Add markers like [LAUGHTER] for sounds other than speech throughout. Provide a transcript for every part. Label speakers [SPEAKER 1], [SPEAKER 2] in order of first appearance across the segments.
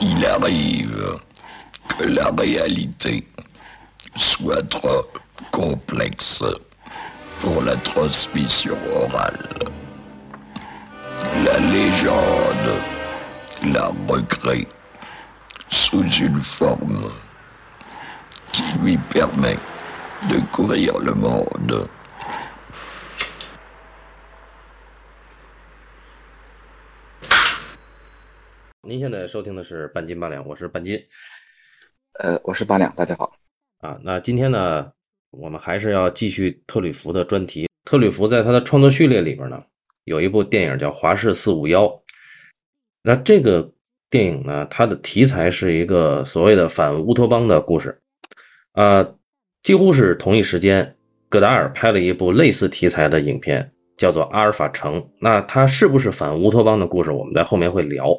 [SPEAKER 1] il arrive que la réalité soit trop complexe pour la transmission orale. La légende la recrée sous une forme qui lui permet de courir le monde.
[SPEAKER 2] 您现在收听的是半斤八两，我是半斤
[SPEAKER 3] 呃，我是八两，大家好。
[SPEAKER 2] 啊。那今天呢，我们还是要继续特吕弗的专题。特吕弗在他的创作序列里边呢，有一部电影叫《华氏四五幺》。那这个电影呢，它的题材是一个所谓的反乌托邦的故事。啊、几乎是同一时间，戈达尔拍了一部类似题材的影片，叫做《阿尔法城》。那它是不是反乌托邦的故事，我们在后面会聊。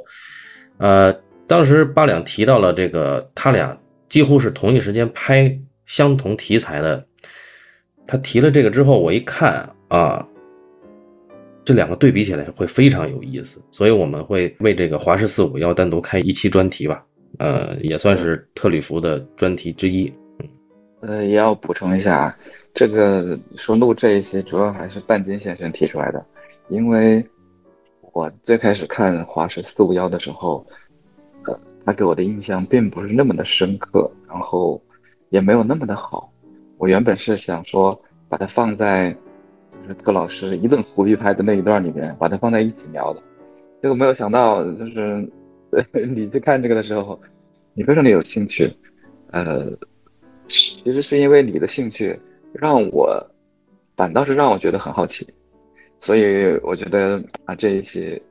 [SPEAKER 2] 呃，当时八两提到了这个，他俩几乎是同一时间拍相同题材的。他提了这个之后，我一看啊，这两个对比起来会非常有意思，所以我们会为这个华氏四五幺单独开一期专题吧。呃，也算是特吕弗的专题之一。
[SPEAKER 3] 呃，也要补充一下啊，这个说录这一期主要还是半斤先生提出来的，因为我最开始看《华氏四五幺》的时候，呃，他给我的印象并不是那么的深刻，然后也没有那么的好。我原本是想说把它放在就是特老师一顿胡逼拍的那一段里面，把它放在一起聊的，结果没有想到就是 [LAUGHS] 你去看这个的时候，你非常的有兴趣，呃。其实是因为你的兴趣让我，反倒是让我觉得很好奇，所以我觉得啊这一期，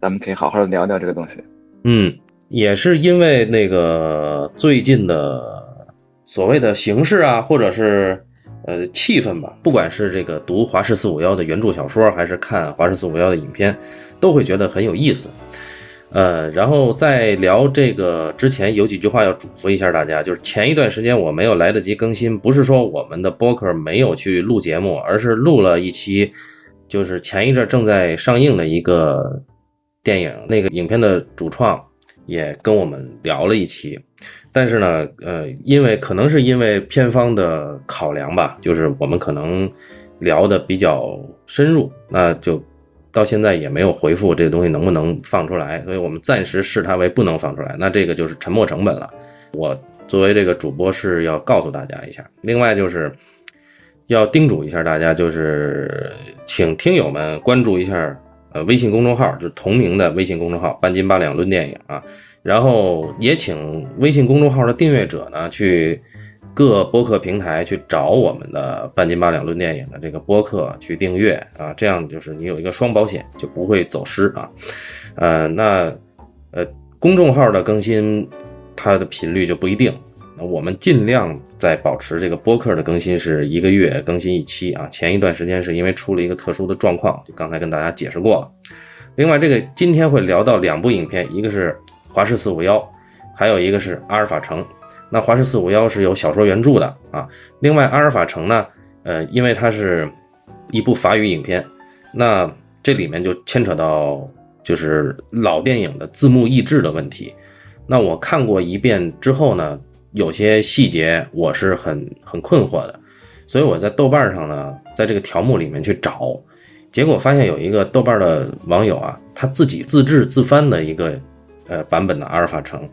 [SPEAKER 3] 咱们可以好好的聊聊这个东西。
[SPEAKER 2] 嗯，也是因为那个最近的所谓的形式啊，或者是呃气氛吧，不管是这个读《华氏四五幺》的原著小说，还是看《华氏四五幺》的影片，都会觉得很有意思。呃，然后在聊这个之前，有几句话要嘱咐一下大家，就是前一段时间我没有来得及更新，不是说我们的播客没有去录节目，而是录了一期，就是前一阵正在上映的一个电影，那个影片的主创也跟我们聊了一期，但是呢，呃，因为可能是因为片方的考量吧，就是我们可能聊的比较深入，那就到现在也没有回复这个东西能不能放出来，所以我们暂时视它为不能放出来。那这个就是沉没成本了。我作为这个主播是要告诉大家一下，另外就是要叮嘱一下大家，就是请听友们关注一下呃微信公众号，就是同名的微信公众号“半斤八两论电影”啊。然后也请微信公众号的订阅者呢去各播客平台去找我们的《半斤八两论电影》的这个播客去订阅啊，这样就是你有一个双保险，就不会走失啊。呃，那呃，公众号的更新它的频率就不一定。那我们尽量在保持这个播客的更新是一个月更新一期啊。前一段时间是因为出了一个特殊的状况，就刚才跟大家解释过了。另外，这个今天会聊到两部影片，一个是《华氏四五幺》，还有一个是《阿尔法城》。那《华氏四五幺》是有小说原著的啊。另外，《阿尔法城》呢，呃，因为它是一部法语影片，那这里面就牵扯到就是老电影的字幕译制的问题。那我看过一遍之后呢，有些细节我是很很困惑的，所以我在豆瓣上呢，在这个条目里面去找，结果发现有一个豆瓣的网友啊，他自己自制自翻的一个呃版本的《阿尔法城》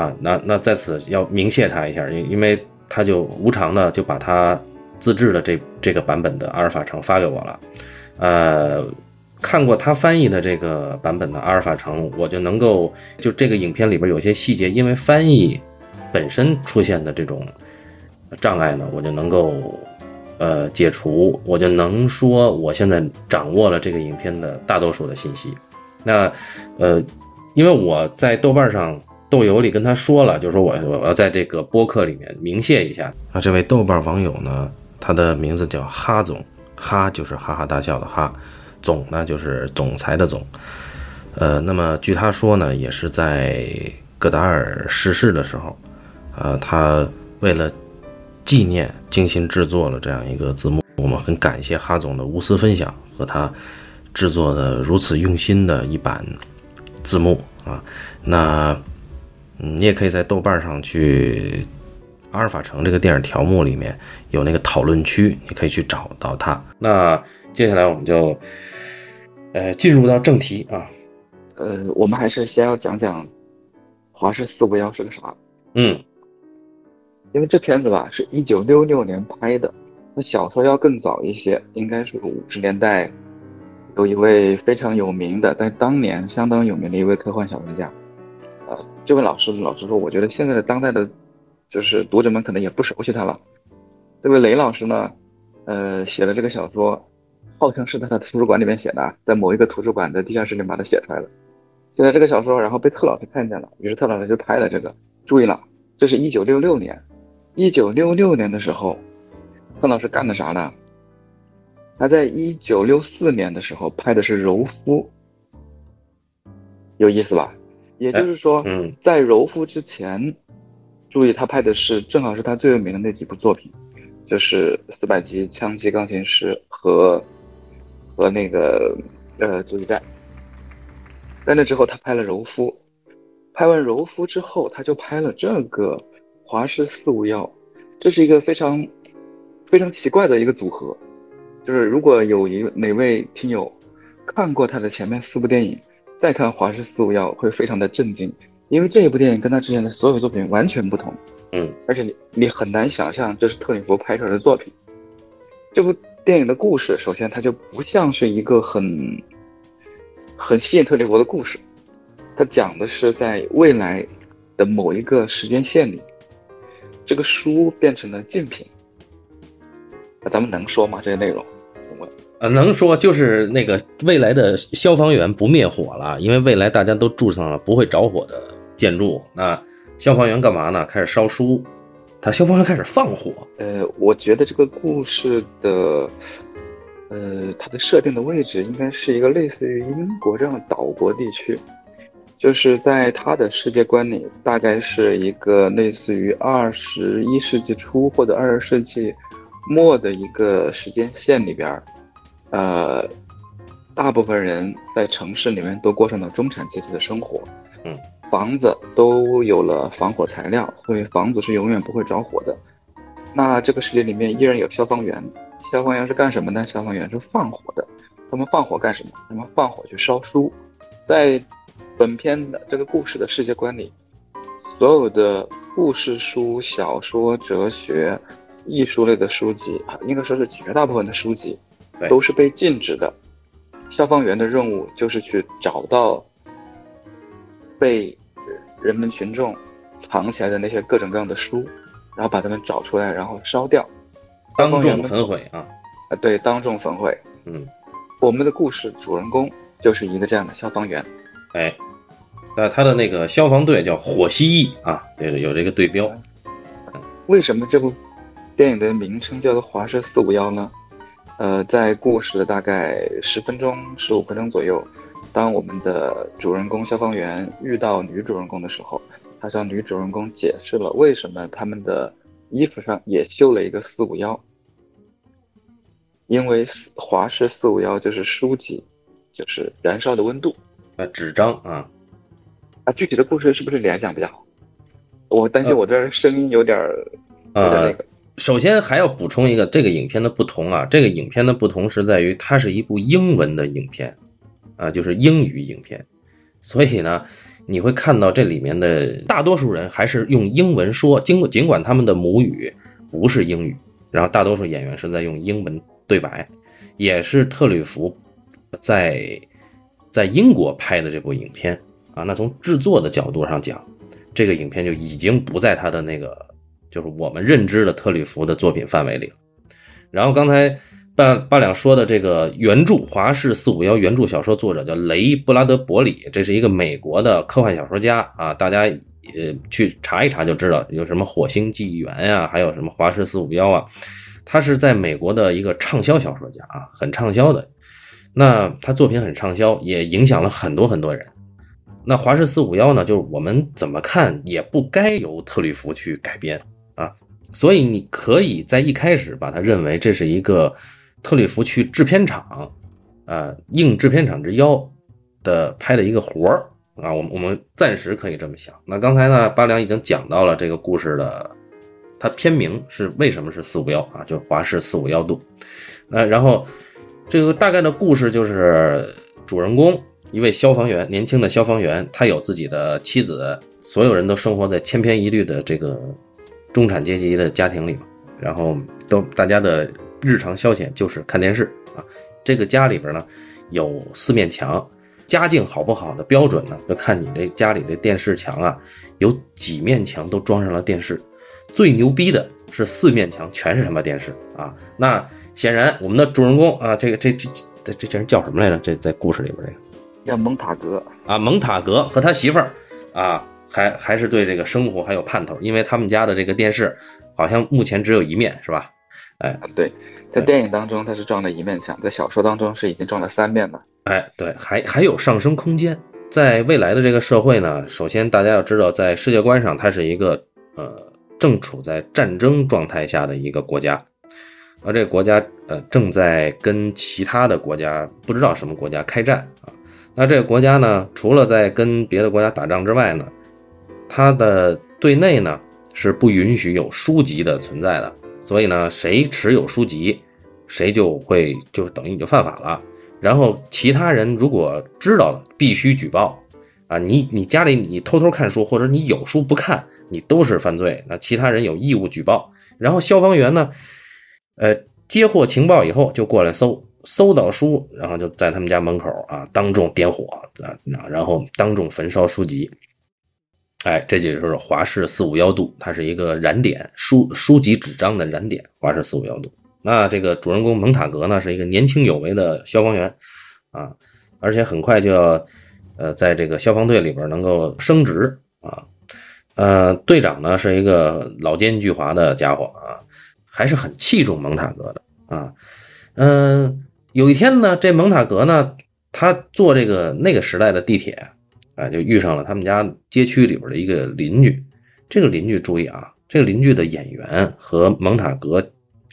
[SPEAKER 2] 啊，那那在此要鸣谢他一下，因因为他就无偿的就把他自制的这这个版本的《阿尔法城》发给我了，呃。看过他翻译的这个版本的《阿尔法城》，我就能够就这个影片里边有些细节，因为翻译本身出现的这种障碍呢，我就能够呃解除，我就能说我现在掌握了这个影片的大多数的信息。那呃，因为我在豆瓣上豆友里跟他说了，就说我我要在这个播客里面鸣谢一下啊，这位豆瓣网友呢，他的名字叫哈总，哈就是哈哈大笑的哈，总呢就是总裁的总。呃，那么据他说呢，也是在戈达尔逝世的时候，呃，他为了纪念，精心制作了这样一个字幕。我们很感谢哈总的无私分享和他制作的如此用心的一版字幕啊。那嗯，你也可以在豆瓣上去阿尔法城这个电影条目里面有那个讨论区，你可以去找到它。那接下来我们就呃进入到正题啊，
[SPEAKER 3] 呃，我们还是先要讲讲华氏四五幺是个啥，
[SPEAKER 2] 嗯
[SPEAKER 3] 因为这片子吧是一九六六年拍的，那小说要更早一些，应该是五十年代，有一位非常有名的，在当年相当有名的一位科幻小说家，呃，这位老师老实说，我觉得现在的当代的，就是读者们可能也不熟悉他了。这位雷老师呢，呃，写的这个小说，号称是在他的图书馆里面写的啊，在某一个图书馆的地下室里面把它写出来的。现在这个小说，然后被特老师看见了，于是特老师就拍了这个。注意了，这是一九六六年，一九六六年的时候，特老师干的啥呢？他在一九六四年的时候拍的是《柔夫》，有意思吧？也就是说，
[SPEAKER 2] 嗯
[SPEAKER 3] 在柔夫之前，注意他拍的是正好是他最有名的那几部作品，就是《四百集枪击钢琴师》和和那个呃《足球战》。在那之后，他拍了《柔夫》，拍完《柔夫》之后，他就拍了这个《华氏四五幺》，这是一个非常非常奇怪的一个组合。就是如果有一哪位听友看过他的前面四部电影，再看《华氏四五幺》会非常的震惊，因为这一部电影跟他之前的所有作品完全不同，
[SPEAKER 2] 嗯，
[SPEAKER 3] 而且你你很难想象这是特里弗拍出来的作品。这部电影的故事，首先它就不像是一个很很吸引特里弗的故事，它讲的是在未来的某一个时间线里，这个书变成了竞品。那咱们能说吗？这些内容？我
[SPEAKER 2] 呃，能说就是那个未来的消防员不灭火了，因为未来大家都住上了不会着火的建筑，那消防员干嘛呢？开始烧书，他消防员开始放火，
[SPEAKER 3] 呃，我觉得这个故事的，呃，它的设定的位置应该是一个类似于英国这样的岛国地区，就是在它的世界观里，大概是一个类似于二十一世纪初或者二十世纪末的一个时间线里边儿，呃，大部分人在城市里面都过上了中产阶级的生活，
[SPEAKER 2] 嗯，
[SPEAKER 3] 房子都有了防火材料，所以房子是永远不会着火的。那这个世界里面依然有消防员，消防员是干什么呢？消防员是放火的，他们放火干什么？他们放火去烧书。在本片的这个故事的世界观里，所有的故事书、小说、哲学、艺术类的书籍啊，应该说是绝大部分的书籍
[SPEAKER 2] 对
[SPEAKER 3] 都是被禁止的。消防员的任务就是去找到被人们群众藏起来的那些各种各样的书，然后把它们找出来，然后烧掉，
[SPEAKER 2] 当众焚毁啊！
[SPEAKER 3] 啊，对，当众焚毁。
[SPEAKER 2] 嗯，
[SPEAKER 3] 我们的故事主人公就是一个这样的消防员。
[SPEAKER 2] 哎，那他的那个消防队叫火蜥蜴啊，这个有这个对标，
[SPEAKER 3] 嗯为什么这部电影的名称叫做《华氏四五幺》呢？呃，在故事的大概十分钟、十五分钟左右，当我们的主人公消防员遇到女主人公的时候，他向女主人公解释了为什么他们的衣服上也绣了一个四五幺，因为四华氏四五幺就是书籍，就是燃烧的温度。
[SPEAKER 2] 呃，纸张啊，
[SPEAKER 3] 啊，具体的故事是不是联想比较好？我担心
[SPEAKER 2] 呃
[SPEAKER 3] 我这儿声音有点儿，有点儿那
[SPEAKER 2] 呃
[SPEAKER 3] 个。，
[SPEAKER 2] 首先还要补充一个，这个影片的不同啊，这个影片的不同是在于它是一部英文的影片，啊，就是英语影片，所以呢，你会看到这里面的大多数人还是用英文说，尽尽管他们的母语不是英语，然后大多数演员是在用英文对白，也是特吕弗在在英国拍的这部影片啊，那从制作的角度上讲，这个影片就已经不在他的那个就是我们认知的特吕弗的作品范围里了。然后刚才八八两说的这个原著《华氏四五幺》原著小说作者叫雷布拉德伯里，这是一个美国的科幻小说家啊，大家呃去查一查就知道，有什么《火星纪元》呀，还有什么《华氏四五幺》啊，他是在美国的一个畅销小说家啊，很畅销的。那他作品很畅销，也影响了很多很多人。那《华氏四五幺》呢，就是我们怎么看也不该由特吕弗去改编，所以你可以在一开始把它认为这是一个特里弗去制片厂，呃，应制片厂之邀的拍的一个活儿啊，我们我们暂时可以这么想。那刚才呢，八两已经讲到了这个故事的，它片名是为什么是四五幺啊，就华氏四五幺度。那然后这个大概的故事就是主人公一位消防员，年轻的消防员，他有自己的妻子，所有人都生活在千篇一律的这个中产阶级的家庭里嘛，然后都大家的日常消遣就是看电视啊。这个家里边呢有四面墙，家境好不好的标准呢，就看你这家里这电视墙啊，有几面墙都装上了电视。最牛逼的是四面墙全是他妈电视啊！那显然我们的主人公啊，这个这这这这这人叫什么来着？这在故事里边这个。
[SPEAKER 3] 要蒙塔格，
[SPEAKER 2] 啊，蒙塔格和他媳妇儿啊，还还是对这个生活还有盼头，因为他们家的这个电视好像目前只有一面，是吧？
[SPEAKER 3] 啊对，在电影当中他是撞了一面墙，在小说当中是已经撞了三面了。
[SPEAKER 2] 哎，对，还还有上升空间。在未来的这个社会呢，首先大家要知道，在世界观上，它是一个呃正处在战争状态下的一个国家，而这个国家呃正在跟其他的国家不知道什么国家开战啊。那这个国家呢，除了在跟别的国家打仗之外呢，它的对内呢是不允许有书籍的存在的，所以呢，谁持有书籍，谁就会就等于你就犯法了。然后其他人如果知道了，必须举报啊！你你家里你偷偷看书，或者你有书不看，你都是犯罪。那其他人有义务举报。然后消防员呢，呃，接获情报以后就过来搜，搜到书，然后就在他们家门口啊，当众点火啊，然后当众焚烧书籍。哎，这就是华氏四五幺度，它是一个燃点书书籍纸张的燃点，华氏四五幺度。那这个主人公蒙塔格呢，是一个年轻有为的消防员，啊，而且很快就要，呃，在这个消防队里边能够升职啊，呃，队长呢是一个老奸巨猾的家伙啊，还是很器重蒙塔格的啊，嗯、有一天呢，这蒙塔格呢，他坐这个那个时代的地铁啊，就遇上了他们家街区里边的一个邻居，这个邻居注意啊，这个邻居的演员和蒙塔格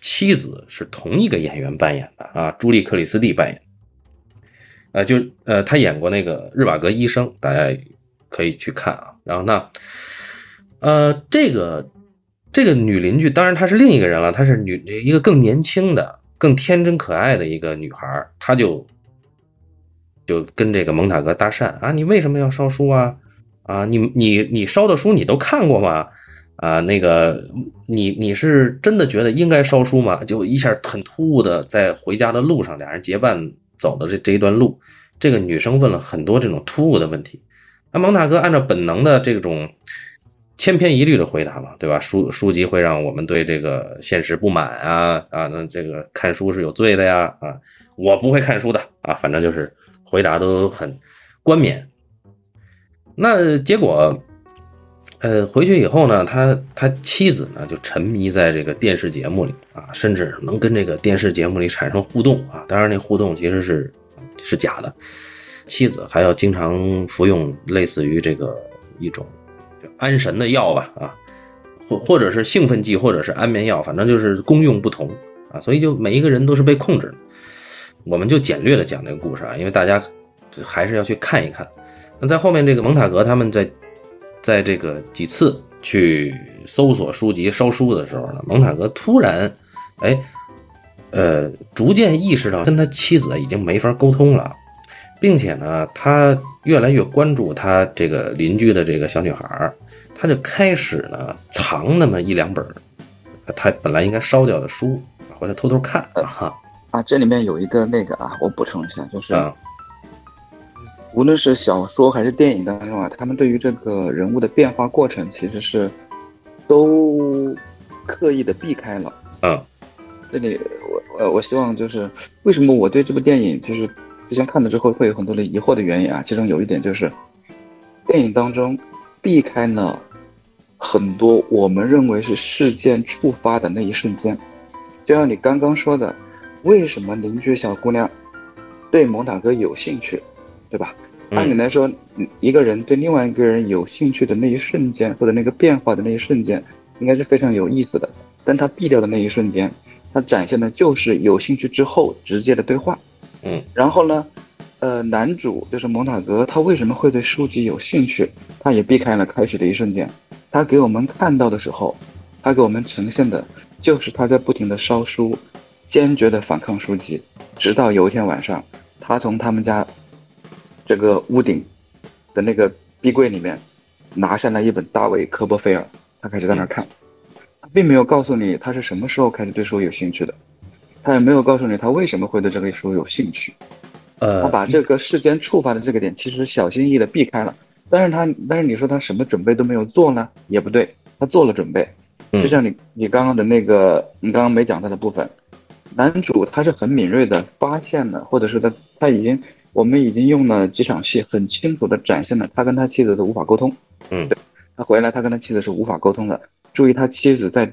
[SPEAKER 2] 妻子是同一个演员扮演的啊，朱莉·克里斯蒂扮演。呃，就呃，他演过那个《日瓦格医生》，大家可以去看啊。然后那，呃，这个这个女邻居，当然她是另一个人了，她是女一个更年轻的、更天真可爱的一个女孩儿，她就就跟这个蒙塔格搭讪啊，你为什么要烧书啊？啊，你你你烧的书你都看过吗？啊，那个你你是真的觉得应该烧书吗？就一下很突兀的，在回家的路上，俩人结伴走的这这一段路，这个女生问了很多这种突兀的问题。那蒙大哥按照本能的这种千篇一律的回答嘛，对吧？书书籍会让我们对这个现实不满啊啊，那这个看书是有罪的呀啊，我不会看书的啊，反正就是回答都很冠冕。那结果呃，回去以后呢，他他妻子呢就沉迷在这个电视节目里啊，甚至能跟这个电视节目里产生互动啊。当然，那互动其实是是假的。妻子还要经常服用类似于这个一种安神的药吧啊，或或者是兴奋剂，或者是安眠药，反正就是功用不同啊。所以就每一个人都是被控制的。我们就简略的讲这个故事啊，因为大家还是要去看一看。那在后面这个蒙塔格他们在在这个几次去搜索书籍、烧书的时候呢，蒙塔格突然，哎，呃，逐渐意识到跟他妻子已经没法沟通了，并且呢，他越来越关注他这个邻居的这个小女孩儿，他就开始呢藏那么一两本儿他本来应该烧掉的书，回来偷偷看啊
[SPEAKER 3] 啊，这里面有一个那个啊，我补充一下，就是
[SPEAKER 2] 啊
[SPEAKER 3] 无论是小说还是电影当中啊，他们对于这个人物的变化过程其实是都刻意的避开了。
[SPEAKER 2] 嗯，
[SPEAKER 3] 这里我呃，我希望就是为什么我对这部电影就是之前看了之后会有很多的疑惑的原因啊，其中有一点就是电影当中避开了很多我们认为是事件触发的那一瞬间，就像你刚刚说的，为什么邻居小姑娘对蒙塔哥有兴趣，对吧？按理
[SPEAKER 2] 嗯
[SPEAKER 3] 来说，嗯一个人对另外一个人有兴趣的那一瞬间，或者那个变化的那一瞬间，应该是非常有意思的。但他避掉的那一瞬间，他展现的就是有兴趣之后直接的对话。
[SPEAKER 2] 嗯，
[SPEAKER 3] 然后呢，呃，男主就是蒙塔格，他为什么会对书籍有兴趣？他也避开了开始的一瞬间。他给我们看到的时候，他给我们呈现的就是他在不停的烧书，坚决的反抗书籍，直到有一天晚上，他从他们家这个屋顶的那个壁柜里面拿下来一本大卫科波菲尔，他开始在那儿看。他并没有告诉你他是什么时候开始对书有兴趣的，他也没有告诉你他为什么会对这个书有兴趣。他
[SPEAKER 2] 呃，
[SPEAKER 3] 把这个事件触发的这个点，其实小心翼翼的避开了。但是他，但是你说他什么准备都没有做呢，也不对，他做了准备。
[SPEAKER 2] 嗯
[SPEAKER 3] 就像你你刚刚的那个，你刚刚没讲到的部分，男主他是很敏锐的发现了，或者说他他已经，我们已经用了几场戏，很清楚的展现了他跟他妻子的无法沟通。
[SPEAKER 2] 嗯
[SPEAKER 3] 对，他回来他跟他妻子是无法沟通的。注意，他妻子在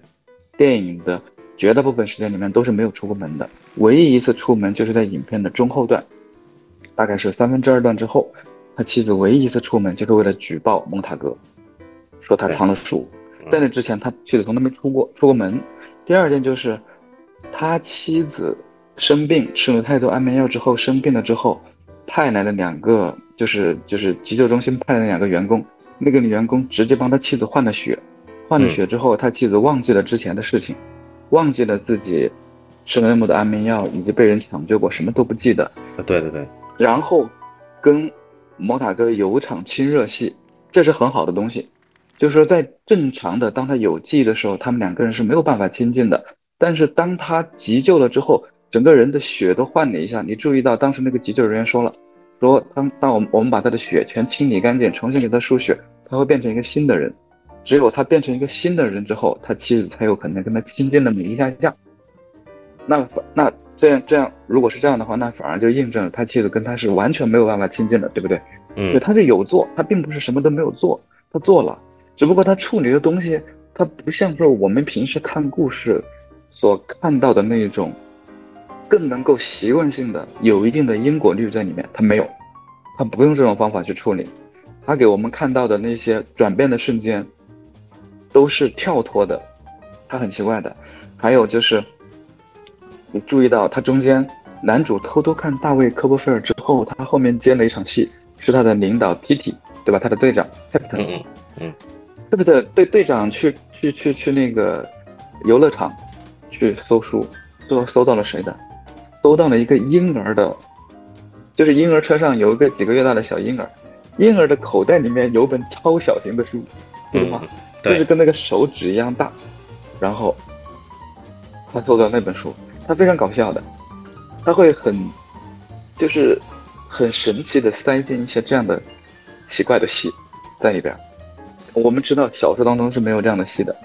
[SPEAKER 3] 电影的绝大部分时间里面都是没有出过门的，唯一一次出门就是在影片的中后段，大概是三分之二段之后，他妻子唯一一次出门就是为了举报蒙塔格，说他藏了书
[SPEAKER 2] 嗯。
[SPEAKER 3] 在那之前，他妻子从来没出过出过门。第二件就是，他妻子生病，吃了太多安眠药之后生病了之后，派来了两个就是就是急救中心派来的两个员工，那个女员工直接帮他妻子换了血，换了血之后，他妻子忘记了之前的事情，忘记了自己吃了那么多安眠药，以及被人抢救过，什么都不记得。
[SPEAKER 2] 对对对，
[SPEAKER 3] 然后跟摩塔哥有场亲热戏，这是很好的东西。就是说，在正常的当他有记忆的时候，他们两个人是没有办法亲近的。但是当他急救了之后，整个人的血都换了一下。你注意到当时那个急救人员说了，说当当我们我们把他的血全清理干净，重新给他输血，他会变成一个新的人。只有他变成一个新的人之后，他妻子才有可能跟他亲近那么一下下。那反那这样这样，如果是这样的话，那反而就印证了他妻子跟他是完全没有办法亲近的，对不对？对，
[SPEAKER 2] 嗯
[SPEAKER 3] 他是有做，他并不是什么都没有做，他做了，只不过他处理的东西，他不像是我们平时看故事所看到的那一种，更能够习惯性的有一定的因果律在里面，他没有，他不用这种方法去处理，他给我们看到的那些转变的瞬间，都是跳脱的，他很奇怪的，还有就是，你注意到他中间男主偷偷看大卫科波菲尔之后，他后面接了一场戏，是他的领导 Kitty，对吧？他的队长 Captain，、
[SPEAKER 2] 嗯嗯，
[SPEAKER 3] 对不对？队队长去去去去那个游乐场去搜书，搜搜到了谁的？搜到了一个婴儿的，就是婴儿车上有一个几个月大的小婴儿，婴儿的口袋里面有本超小型的书，对吗？
[SPEAKER 2] 嗯
[SPEAKER 3] 就是
[SPEAKER 2] 对，
[SPEAKER 3] 跟那个手指一样大。然后他搜到那本书，他非常搞笑的，他会很就是很神奇的塞进一些这样的奇怪的戏在里边儿。我们知道小说当中是没有这样的戏的，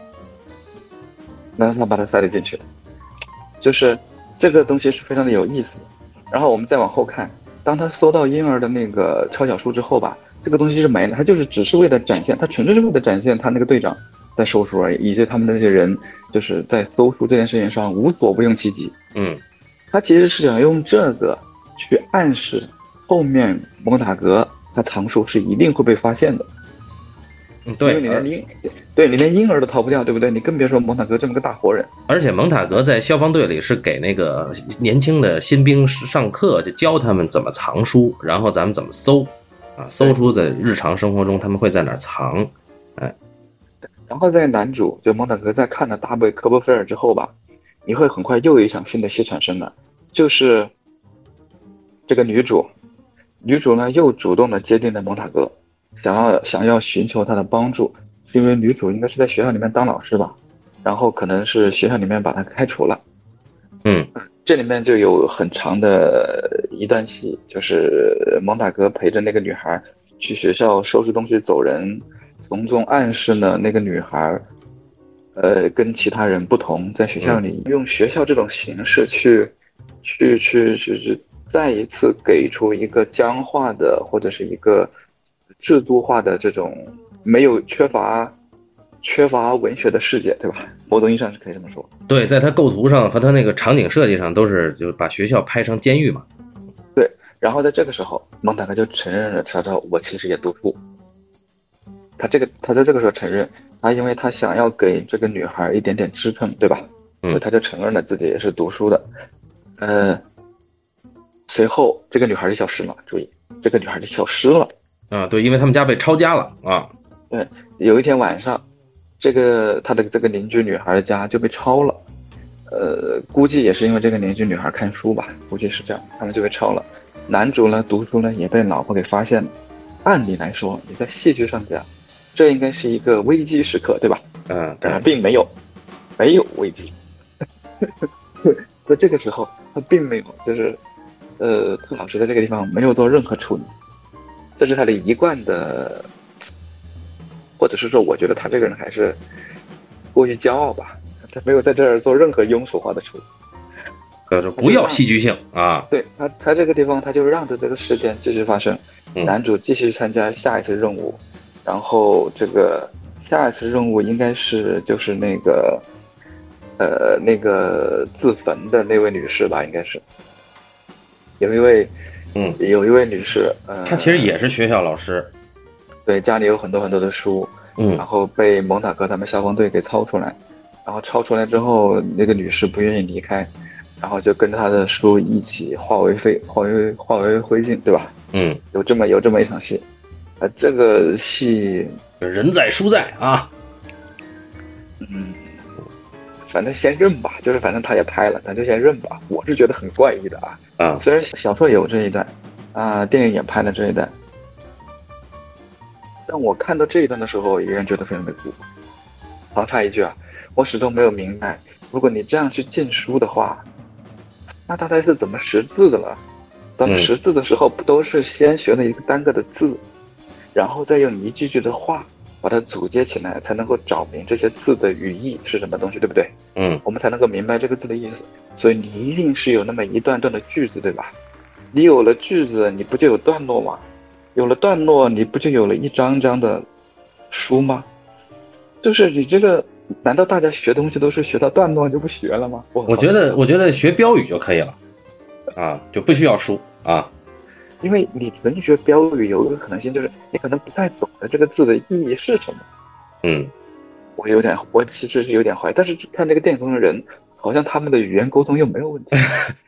[SPEAKER 3] 然后他把它塞了进去，就是这个东西是非常的有意思。然后我们再往后看，当他搜到婴儿的那个超小书之后吧，这个东西是没了，他就是只是为了展现，他纯粹是为了展现他那个队长在收书而已，以及他们那些人就是在搜书这件事情上无所不用其极。
[SPEAKER 2] 嗯
[SPEAKER 3] 他其实是想用这个去暗示后面蒙塔格他藏书是一定会被发现的，
[SPEAKER 2] 嗯
[SPEAKER 3] 因为
[SPEAKER 2] 对
[SPEAKER 3] 你，
[SPEAKER 2] 而
[SPEAKER 3] 连婴，对你连婴儿都逃不掉，对不对？你更别说蒙塔格这么个大活人。
[SPEAKER 2] 而且蒙塔格在消防队里是给那个年轻的新兵上课，就教他们怎么藏书，然后咱们怎么搜，啊，搜出在日常生活中他们会在哪儿藏，
[SPEAKER 3] 然后在男主就蒙塔格在看了大卫科波菲尔之后吧，你会很快又有一场新的戏产生了，就是这个女主，女主呢又主动的接近了蒙塔格，想要想要寻求他的帮助，是因为女主应该是在学校里面当老师吧，然后可能是学校里面把她开除了。
[SPEAKER 2] 嗯，
[SPEAKER 3] 这里面就有很长的一段戏，就是蒙塔格陪着那个女孩去学校收拾东西走人，从中暗示呢那个女孩，呃，跟其他人不同，在学校里用学校这种形式去，去去去去，再一次给出一个僵化的或者是一个制度化的这种没有缺乏缺乏文学的世界，对吧？某种意义上是可以这么说。
[SPEAKER 2] 对，在他构图上和他那个场景设计上都是就是把学校拍成监狱嘛，
[SPEAKER 3] 然后在这个时候，蒙塔克就承认了，查查我其实也读书。他这个，他在这个时候承认，他因为他想要给这个女孩一点点支撑，对吧？
[SPEAKER 2] 嗯
[SPEAKER 3] 所以他就承认了自己也是读书的。呃，随后这个女孩就消失了，注意，这个女孩就消失了。
[SPEAKER 2] 啊，对，因为他们家被抄家了啊，
[SPEAKER 3] 有一天晚上，这个他的这个邻居女孩的家就被抄了，呃，估计也是因为这个邻居女孩看书吧，估计是这样，他们就被抄了。男主呢，读书呢也被老婆给发现了。按理来说，你在戏剧上讲，这应该是一个危机时刻，对吧？
[SPEAKER 2] 嗯，对
[SPEAKER 3] 但，是并没有，没有危机。 [LAUGHS] 在这个时候，他并没有，就是，呃，特老师在这个地方没有做任何处理，这是他的一贯的，或者是说，我觉得他这个人还是过于骄傲吧，他没有在这儿做任何庸俗化的处理。
[SPEAKER 2] 就是不要戏剧性啊，
[SPEAKER 3] 对他，他这个地方他就让着这个事件继续发生，
[SPEAKER 2] 嗯
[SPEAKER 3] 男主继续参加下一次任务，然后这个下一次任务应该是就是那个，呃，那个自焚的那位女士吧，应该是有一位
[SPEAKER 2] 嗯，
[SPEAKER 3] 有一位女士，呃，
[SPEAKER 2] 他其实也是学校老师，
[SPEAKER 3] 对家里有很多很多的书，
[SPEAKER 2] 嗯
[SPEAKER 3] 然后被蒙塔克他们消防队给抄出来，然后抄出来之后，那个女士不愿意离开，然后就跟她的书一起化为废，化为化为灰烬，对吧？
[SPEAKER 2] 嗯，
[SPEAKER 3] 有这么有这么一场戏，啊、这个戏，
[SPEAKER 2] 人在书在啊，
[SPEAKER 3] 嗯，反正先认吧，就是反正他也拍了，咱就先认吧。我是觉得很怪异的啊，
[SPEAKER 2] 啊，
[SPEAKER 3] 虽然小说有这一段，啊、电影也拍了这一段，但我看到这一段的时候，依然觉得非常的酷。旁插一句啊，我始终没有明白，如果你这样去禁书的话，那大概是怎么识字的了？咱
[SPEAKER 2] 嗯
[SPEAKER 3] 们识字的时候，不都是先学了一个单个的字，然后再用一句句的话把它组接起来，才能够找明这些字的语义是什么东西，对不对？
[SPEAKER 2] 嗯
[SPEAKER 3] 我们才能够明白这个字的意思。所以你一定是有那么一段段的句子，对吧？你有了句子，你不就有段落吗？有了段落，你不就有了一张张的书吗？就是你这个，难道大家学东西都是学到段落就不学了吗？我
[SPEAKER 2] 我觉得我觉得学标语就可以了，啊，就不需要书啊，
[SPEAKER 3] 因为你纯学标语，有一个可能性就是你可能不太懂得这个字的意义是什么。
[SPEAKER 2] 嗯
[SPEAKER 3] 我有点，我其实是有点怀疑，但是看这个电影中的人，好像他们的语言沟通又没
[SPEAKER 2] [LAUGHS]
[SPEAKER 3] 有问题，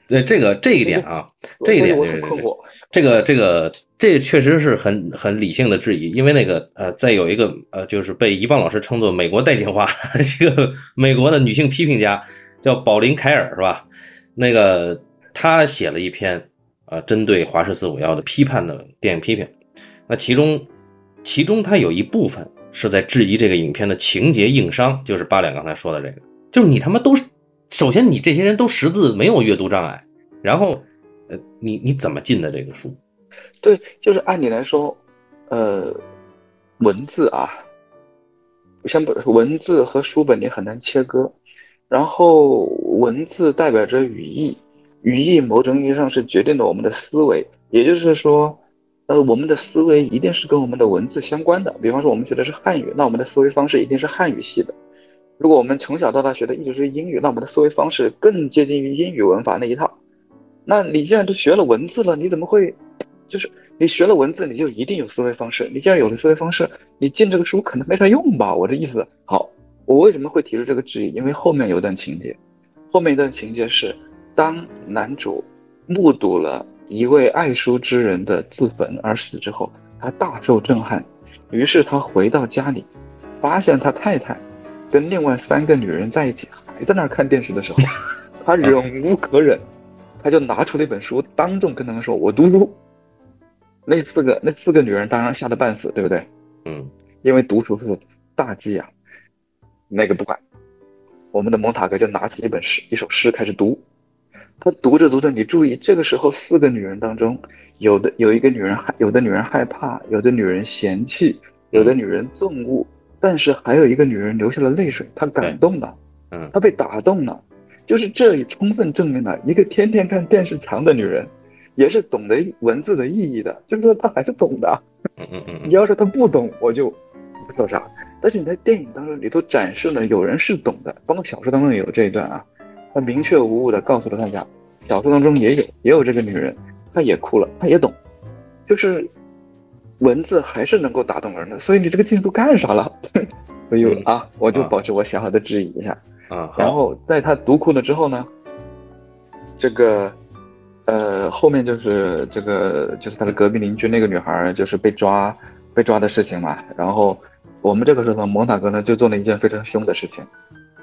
[SPEAKER 2] 对呃这个这一点啊，这一
[SPEAKER 3] 所以
[SPEAKER 2] 点
[SPEAKER 3] 我
[SPEAKER 2] 对
[SPEAKER 3] 很
[SPEAKER 2] 对
[SPEAKER 3] 困
[SPEAKER 2] 对
[SPEAKER 3] 惑。
[SPEAKER 2] 这个这个这确实是很很理性的质疑，因为那个呃，再有一个呃，就是被一棒老师称作美国代进化 [LAUGHS] 这个美国的女性批评家叫保林凯尔是吧？那个她写了一篇呃针对华氏四五幺的批判的电影批评，那其中其中她有一部分是在质疑这个影片的情节硬伤，就是八两刚才说的这个，就是你他妈都是首先你这些人都识字没有阅读障碍，然后呃你你怎么进的这个书？
[SPEAKER 3] 对，就是按理来说，呃，文字啊，像不文字和书本你很难切割，然后文字代表着语义，语义某种意义上是决定了我们的思维，也就是说，呃，我们的思维一定是跟我们的文字相关的。比方说，我们学的是汉语，那我们的思维方式一定是汉语系的。如果我们从小到大学的一直是英语，那我们的思维方式更接近于英语文法那一套。那你既然都学了文字了，你怎么会，就是你学了文字，你就一定有思维方式？你既然有了思维方式，你进这个书可能没啥用吧？我的意思。好，我为什么会提出这个质疑？因为后面有一段情节，后面一段情节是，当男主目睹了一位爱书之人的自焚而死之后，他大受震撼，于是他回到家里，发现他太太跟另外三个女人在一起，还在那儿看电视的时候，他忍无可忍，他就拿出了一本书，当众跟他们说：“我读书。”那四个那四个女人当然吓得半死，对不对？
[SPEAKER 2] 嗯
[SPEAKER 3] 因为独处是大忌啊。那个不管，我们的蒙塔格就拿起一本诗，一首诗开始读。他读着读着，你注意，这个时候四个女人当中，有的有一个女人害，有的女人害怕，有的女人嫌弃，有的女人憎恶，但是还有一个女人流下了泪水，她感动了，
[SPEAKER 2] 嗯
[SPEAKER 3] 她被打动了。就是这也充分证明了一个天天看电视墙的女人，也是懂得文字的意义的，就是说她还是懂的啊。
[SPEAKER 2] 嗯嗯嗯
[SPEAKER 3] 你
[SPEAKER 2] 嗯，
[SPEAKER 3] 要是他不懂，我就不说啥。但是你在电影当中，你都展示了有人是懂的，包括小说当中也有这一段啊，他明确无误的告诉了大家，小说当中也有也有这个女人，她也哭了，她也懂，就是文字还是能够打动人的，所以你这个进度干啥了？ [LAUGHS] 所以我
[SPEAKER 2] 嗯
[SPEAKER 3] 啊，我就
[SPEAKER 2] 啊
[SPEAKER 3] 保持我小小的质疑一下。
[SPEAKER 2] 啊，
[SPEAKER 3] 然
[SPEAKER 2] 好，
[SPEAKER 3] 后在他读哭了之后呢，这个呃，后面就是这个，就是他的隔壁邻居那个女孩，就是被抓被抓的事情嘛。然后我们这个时候呢，蒙塔哥呢就做了一件非常凶的事情，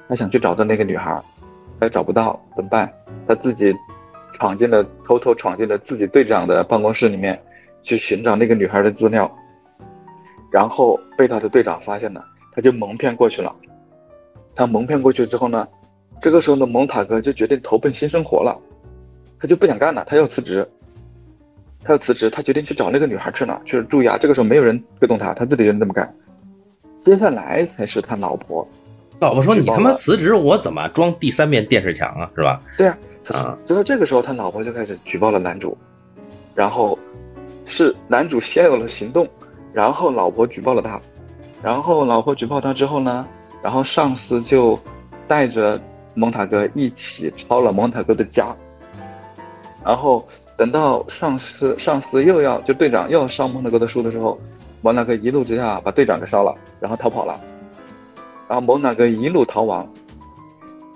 [SPEAKER 3] 他想去找到那个女孩，他找不到怎么办？他自己闯进了，偷偷闯进了自己队长的办公室里面，去寻找那个女孩的资料，然后被他的队长发现了，他就蒙骗过去了。他蒙骗过去之后呢，这个时候呢，蒙塔哥就决定投奔新生活了。他就不想干了，他要辞职，他要辞职，他决定去找那个女孩去了。就是注意啊，这个时候没有人推动他，他自己人这么干。接下来才是他老婆，
[SPEAKER 2] 老哦婆说：“
[SPEAKER 3] 举
[SPEAKER 2] 你
[SPEAKER 3] 报
[SPEAKER 2] 他妈
[SPEAKER 3] 了
[SPEAKER 2] 辞职，我怎么装第三面电视墙啊？是吧
[SPEAKER 3] 对啊，
[SPEAKER 2] 啊
[SPEAKER 3] 直到这个时候，他老婆就开始举报了男主，然后是男主先有了行动，然后老婆举报了他，然后老婆举报他之后呢，然后上司就带着蒙塔哥一起抄了蒙塔哥的家，然后等到上司上司又要就队长又要烧蒙塔哥的书的时候，蒙塔哥一怒之下把队长给烧了，然后逃跑了，然后蒙塔哥一路逃亡，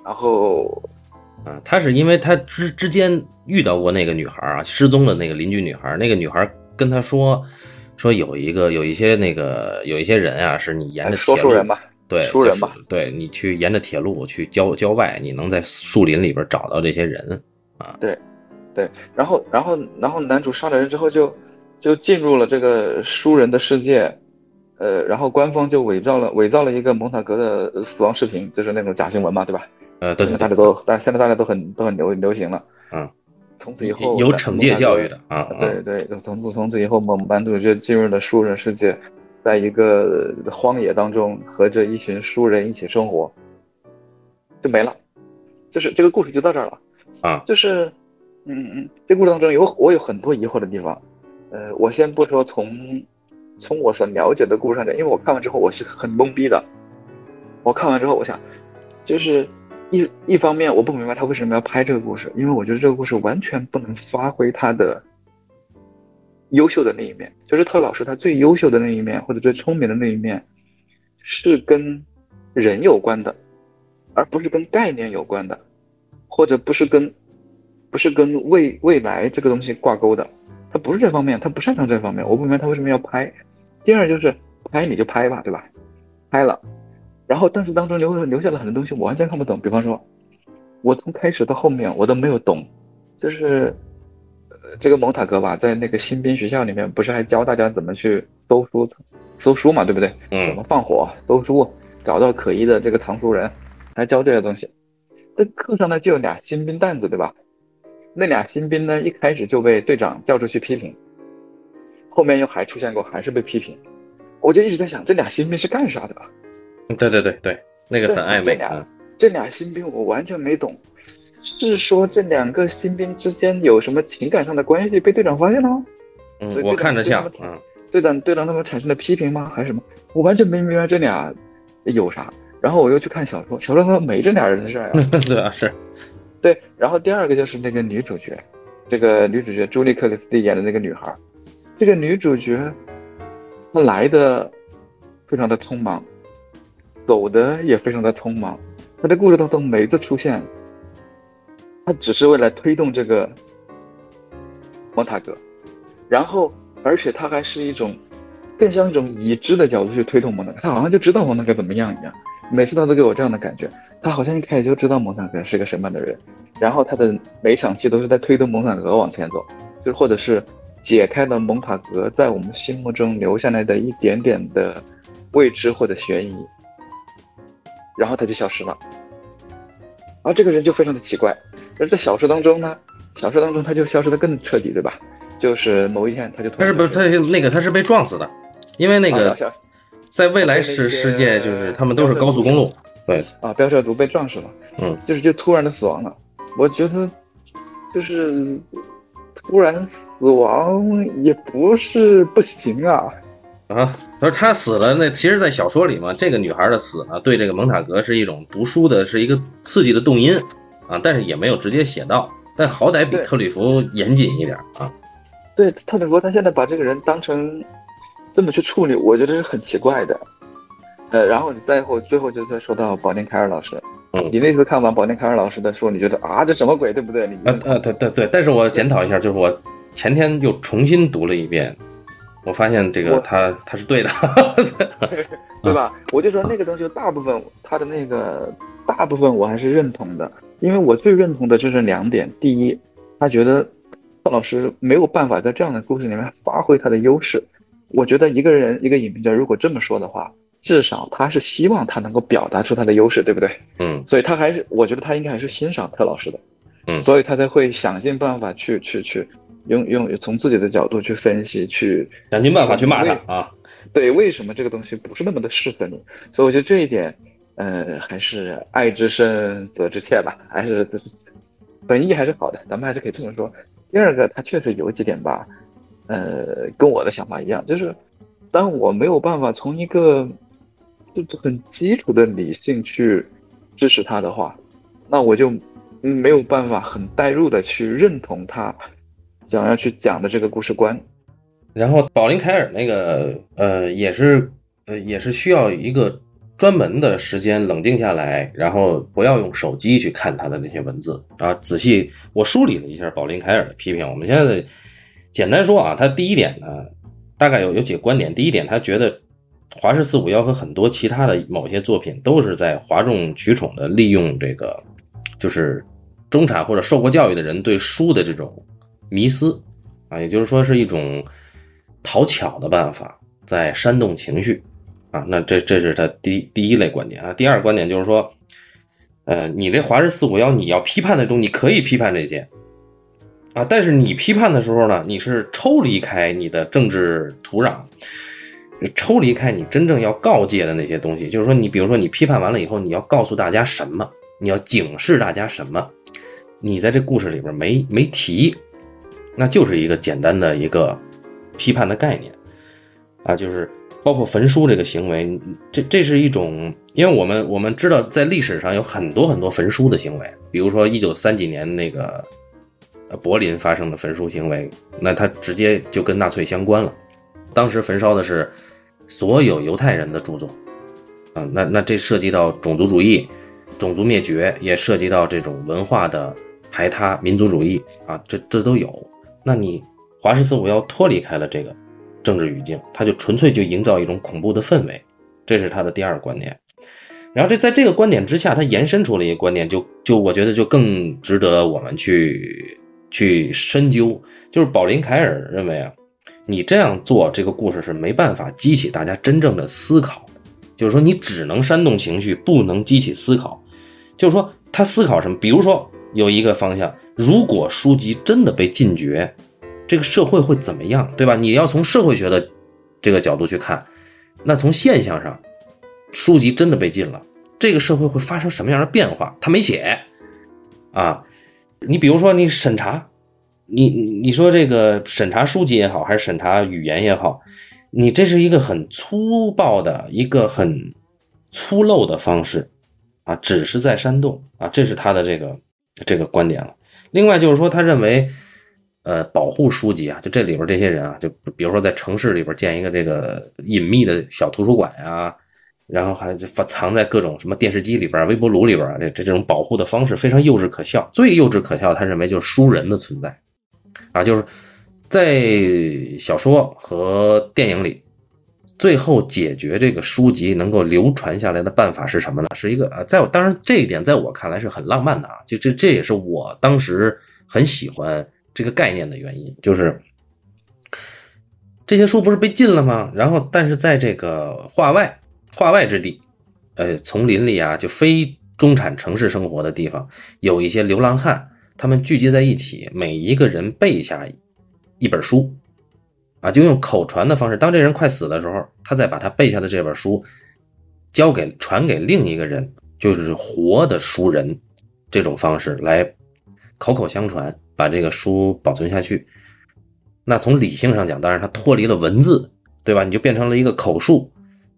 [SPEAKER 3] 然后？”
[SPEAKER 2] 啊，他是因为他之之间遇到过那个女孩啊，失踪的那个邻居女孩，那个女孩跟他说，说有一个有一些那个有一些人啊，是你沿
[SPEAKER 3] 哎
[SPEAKER 2] 着
[SPEAKER 3] 说
[SPEAKER 2] 铁
[SPEAKER 3] 书
[SPEAKER 2] 路
[SPEAKER 3] 人吧。
[SPEAKER 2] 对，
[SPEAKER 3] 熟人
[SPEAKER 2] 就是
[SPEAKER 3] 吧
[SPEAKER 2] 对你去沿着铁路去郊郊外，你能在树林里边找到这些人。
[SPEAKER 3] 然后，然后，然后男主杀了人之后就，就进入了这个书人的世界，呃，然后官方就伪造了伪造了一个蒙塔格的呃死亡视频，就是那种假新闻嘛，对吧？
[SPEAKER 2] 呃，对对
[SPEAKER 3] 大
[SPEAKER 2] 对，
[SPEAKER 3] 家都，但是现在大家都很都很流流行了。
[SPEAKER 2] 嗯，
[SPEAKER 3] 从此以后
[SPEAKER 2] 有惩戒教育的。啊，啊
[SPEAKER 3] 呃对对，从此从此以后，蒙男主就进入了书人世界，在一个荒野当中和着一群书人一起生活，就没了，就是这个故事就到这儿了。
[SPEAKER 2] 啊
[SPEAKER 3] 就是，嗯嗯，这故事当中有我有很多疑惑的地方，呃，我先不说从从我所了解的故事上讲，因为我看完之后我是很懵逼的，我看完之后我想，就是一一方面我不明白他为什么要拍这个故事，因为我觉得这个故事完全不能发挥他的优秀的那一面，就是特老师他最优秀的那一面或者最聪明的那一面，是跟人有关的，而不是跟概念有关的，或者不是跟不是跟未未来这个东西挂钩的，他不是这方面，他不擅长这方面，我不明白他为什么要拍。第二就是拍你就拍吧，对吧？拍了，然后但是当中留留下了很多东西，我完全看不懂。比方说，我从开始到后面我都没有懂，就是呃这个蒙塔哥吧，在那个新兵学校里面不是还教大家怎么去搜书搜书嘛，对不对？怎
[SPEAKER 2] 嗯
[SPEAKER 3] 么放火、搜书，找到可疑的这个藏书人，还教这些东西。这课上呢就有俩新兵蛋子，对吧？那俩新兵呢一开始就被队长叫出去批评，后面又还出现过，还是被批评。我就一直在想，这俩新兵是干啥的？
[SPEAKER 2] 嗯，对对对对，那个
[SPEAKER 3] 对
[SPEAKER 2] 很暧昧
[SPEAKER 3] 这俩
[SPEAKER 2] 啊。
[SPEAKER 3] 这俩新兵我完全没懂，是说这两个新兵之间有什么情感上的关系被队长发现了吗？
[SPEAKER 2] 嗯，
[SPEAKER 3] 对
[SPEAKER 2] 我
[SPEAKER 3] 对的
[SPEAKER 2] 看着
[SPEAKER 3] 对
[SPEAKER 2] 像
[SPEAKER 3] 他们
[SPEAKER 2] 嗯
[SPEAKER 3] 队长队长他们产生的批评吗？还是什么？我完全没明白这俩有啥。然后我又去看小说，小说上没这俩人的事儿啊。
[SPEAKER 2] [LAUGHS] 对啊是
[SPEAKER 3] 对，然后第二个就是那个女主角，这个女主角朱莉·克里斯蒂演的那个女孩儿，这个女主角她来的非常的匆忙，走的也非常的匆忙，她的故事当中每一次出现，她只是为了推动这个蒙塔哥，然后而且她还是一种更像一种已知的角度去推动蒙塔哥，她好像就知道蒙塔哥怎么样一样，每次她都给我这样的感觉，她好像一开始就知道蒙塔哥是个什么样的人。然后他的每一场戏都是在推动蒙塔格往前走，就是或者是解开了蒙塔格在我们心目中留下来的一点点的未知或者悬疑，然后他就消失了。而这个人就非常的奇怪，而在小说当中呢，小说当中他就消失的更彻底，对吧？就是某一天他就突
[SPEAKER 2] 他
[SPEAKER 3] 然
[SPEAKER 2] 是不是他是那个他是被撞死的，因为那
[SPEAKER 3] 啊
[SPEAKER 2] 个
[SPEAKER 3] 小
[SPEAKER 2] 在未来
[SPEAKER 3] 他是
[SPEAKER 2] 世
[SPEAKER 3] 那
[SPEAKER 2] 世界
[SPEAKER 3] 些
[SPEAKER 2] 就是他们都是高速公路，对，
[SPEAKER 3] 啊，飙车族被撞死了，
[SPEAKER 2] 嗯，
[SPEAKER 3] 就是就突然的死亡了。我觉得就是突然死亡也不是不行啊，
[SPEAKER 2] 啊，他说他死了，那其实，在小说里嘛，这个女孩的死呢，对这个蒙塔格是一种读书的，是一个刺激的动因啊，但是也没有直接写到，但好歹比
[SPEAKER 3] 对
[SPEAKER 2] 特里弗严谨一点啊。
[SPEAKER 3] 对，特里弗他现在把这个人当成这么去处理，我觉得是很奇怪的。呃，然后你再后最后就再说到保定凯尔老师，
[SPEAKER 2] 嗯
[SPEAKER 3] 你那次看完保内凯尔老师的书，你觉得啊，这什么鬼，对不对？你
[SPEAKER 2] 啊啊，对对对，但是我检讨一下，就是我前天又重新读了一遍，我发现这个
[SPEAKER 3] 我
[SPEAKER 2] 他他是对的， [LAUGHS]
[SPEAKER 3] 对吧？我就说那个东西，大部分他的那个大部分我还是认同的，因为我最认同的就是两点：第一，他觉得范老师没有办法在这样的故事里面发挥他的优势。我觉得一个人一个影评家如果这么说的话，至少他是希望他能够表达出他的优势，对不对？
[SPEAKER 2] 嗯
[SPEAKER 3] 所以他还是，我觉得他应该还是欣赏特老师的，
[SPEAKER 2] 嗯
[SPEAKER 3] 所以他才会想尽办法去去去，用用从自己的角度去分析，去
[SPEAKER 2] 想尽办法去骂他啊，
[SPEAKER 3] 对为什么这个东西不是那么的适合你。所以我觉得这一点，呃，还是爱之深责之切吧，还是本意还是好的，咱们还是可以这么说。第二个，他确实有几点吧，呃，跟我的想法一样，就是当我没有办法从一个就是很基础的理性去支持他的话，那我就没有办法很代入的去认同他想要去讲的这个故事观。
[SPEAKER 2] 然后保林凯尔那个呃也是呃也是需要一个专门的时间冷静下来，然后不要用手机去看他的那些文字啊。仔细我梳理了一下保林凯尔的批评，我们现在简单说啊，他第一点呢，大概有有几个观点。第一点，他觉得华氏四五幺和很多其他的某些作品都是在哗众取宠的利用这个就是中产或者受过教育的人对书的这种迷思啊，也就是说是一种讨巧的办法，在煽动情绪啊。那这这是他第一第一类观点啊。第二观点就是说，呃，你这华氏四五幺你要批判的中，你可以批判这些啊，但是你批判的时候呢，你是抽离开你的政治土壤。抽离开你真正要告诫的那些东西，就是说，你比如说你批判完了以后，你要告诉大家什么，你要警示大家什么，你在这故事里边没没提，那就是一个简单的一个批判的概念啊，就是包括焚书这个行为，这这是一种，因为我们我们知道在历史上有很多很多焚书的行为，比如说一九三几年那个呃柏林发生的焚书行为，那它直接就跟纳粹相关了。当时焚烧的是所有犹太人的著作，啊、那那这涉及到种族主义、种族灭绝，也涉及到这种文化的排他、民族主义啊，这这都有。那你华氏四五幺脱离开了这个政治语境，它就纯粹就营造一种恐怖的氛围，这是他的第二个观点。然后这在这个观点之下，他延伸出了一个观点，就就我觉得就更值得我们去去深究，就是保林凯尔认为啊，你这样做这个故事是没办法激起大家真正的思考的，就是说你只能煽动情绪，不能激起思考。就是说他思考什么？比如说有一个方向，如果书籍真的被禁绝，这个社会会怎么样，对吧？你要从社会学的这个角度去看，那从现象上，书籍真的被禁了，这个社会会发生什么样的变化？他没写啊。你比如说，你审查，你你你说这个审查书籍也好，还是审查语言也好，你这是一个很粗暴的一个很粗陋的方式啊，只是在煽动啊，这是他的这个这个观点了。另外就是说，他认为，呃，保护书籍啊，就这里边这些人啊，就比如说在城市里边建一个这个隐秘的小图书馆啊，然后还就发藏在各种什么电视机里边啊、微波炉里边啊，这这这种保护的方式非常幼稚可笑。最幼稚可笑，他认为就是书人的存在啊，就是在小说和电影里。最后解决这个书籍能够流传下来的办法是什么呢？是一个呃，在我当然这一点在我看来是很浪漫的啊，就这这也是我当时很喜欢这个概念的原因，就是这些书不是被禁了吗？然后但是在这个化外化外之地，呃，丛林里啊，就非中产城市生活的地方，有一些流浪汉，他们聚集在一起，每一个人背下一本书，啊，就用口传的方式，当这人快死的时候，他再把他背下的这本书交给传给另一个人，就是活的书人这种方式来口口相传，把这个书保存下去。那从理性上讲，当然它脱离了文字，对吧？你就变成了一个口述，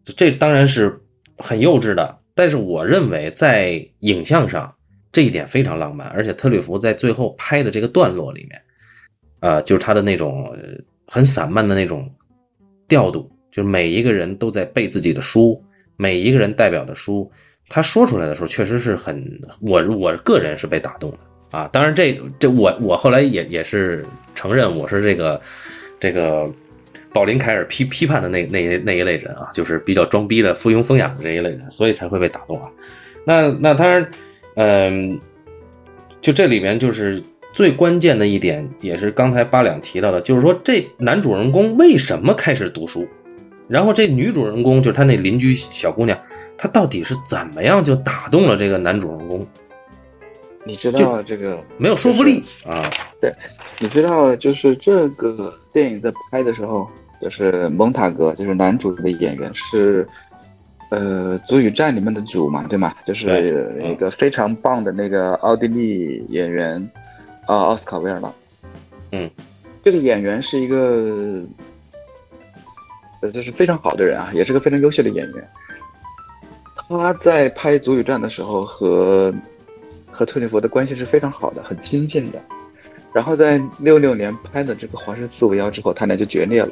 [SPEAKER 2] 这当然是很幼稚的。但是我认为在影像上这一点非常浪漫，而且特吕弗在最后拍的这个段落里面，啊，就是他的那种呃很散漫的那种调度，就是每一个人都在背自己的书，每一个人代表的书，他说出来的时候，确实是很我我个人是被打动的啊。当然这，这我我后来也也是承认我是这个这个保林凯尔批批判的那那一那一类人啊，就是比较装逼的附庸风雅的这一类人，所以才会被打动啊。那那当然，嗯，就这里面就是最关键的一点，也是刚才八两提到的，就是说这男主人公为什么开始读书，然后这女主人公就是她那邻居小姑娘，她到底是怎么样就打动了这个男主人公，
[SPEAKER 3] 你知道这个
[SPEAKER 2] 没有说服力啊，
[SPEAKER 3] 你知道，就是这个电影在拍的时候，就是蒙塔格，就是男主的演员是，呃，《足语战》里面的主嘛，对吗？就是
[SPEAKER 2] 对嗯
[SPEAKER 3] 一个非常棒的那个奥地利演员，啊、奥斯卡维尔嘛。
[SPEAKER 2] 嗯，
[SPEAKER 3] 这个演员是一个，呃，就是非常好的人啊，也是个非常优秀的演员。他在拍《足语战》的时候和和特里弗的关系是非常好的，很亲近的。然后在六六年拍的这个《华氏四五幺》之后，他俩就决裂了。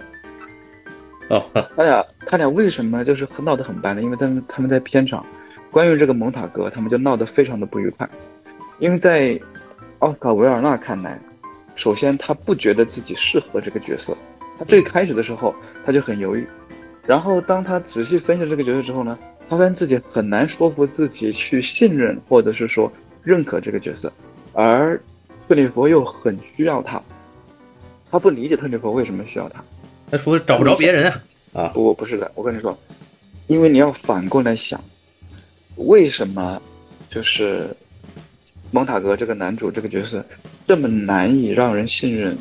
[SPEAKER 2] 哦，
[SPEAKER 3] 他俩他俩为什么就是很闹得很掰呢？因为他们他们在片场，关于这个蒙塔格，他们就闹得非常的不愉快。因为在奥斯卡维尔纳看来，首先他不觉得自己适合这个角色，他最开始的时候他就很犹豫，然后当他仔细分析这个角色之后呢，他发现自己很难说服自己去信任或者是说认可这个角色，而特里弗又很需要他，他不理解特里弗为什么需要他。
[SPEAKER 2] 她说找不着别人啊，啊，
[SPEAKER 3] 不，不是的，我跟你说，因为你要反过来想，为什么就是蒙塔格这个男主这个角色这么难以让人信任？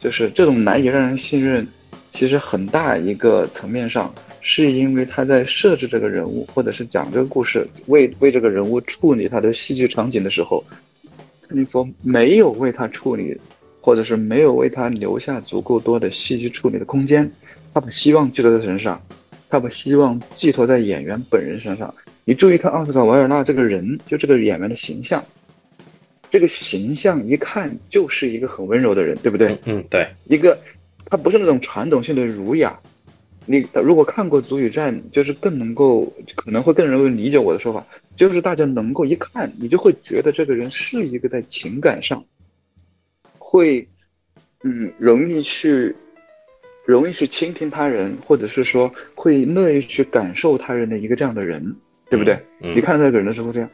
[SPEAKER 3] 就是这种难以让人信任，其实很大一个层面上是因为他在设置这个人物，或者是讲这个故事，为为这个人物处理他的戏剧场景的时候，你佛没有为他处理，或者是没有为他留下足够多的戏剧处理的空间。他把希望寄托在身上，他把希望寄托在演员本人身上。你注意看奥斯卡·维尔纳这个人，就这个演员的形象，这个形象一看就是一个很温柔的人，对不对？
[SPEAKER 2] 嗯嗯，对，
[SPEAKER 3] 一个，他不是那种传统性的儒雅。你如果看过《足语战》，就是更能够，可能会更容易理解我的说法，就是大家能够一看，你就会觉得这个人是一个在情感上，会，嗯，容易去，容易去倾听他人，或者是说会乐意去感受他人的一个这样的人，对不对？
[SPEAKER 2] 嗯
[SPEAKER 3] 你，看到这个人的时候这样，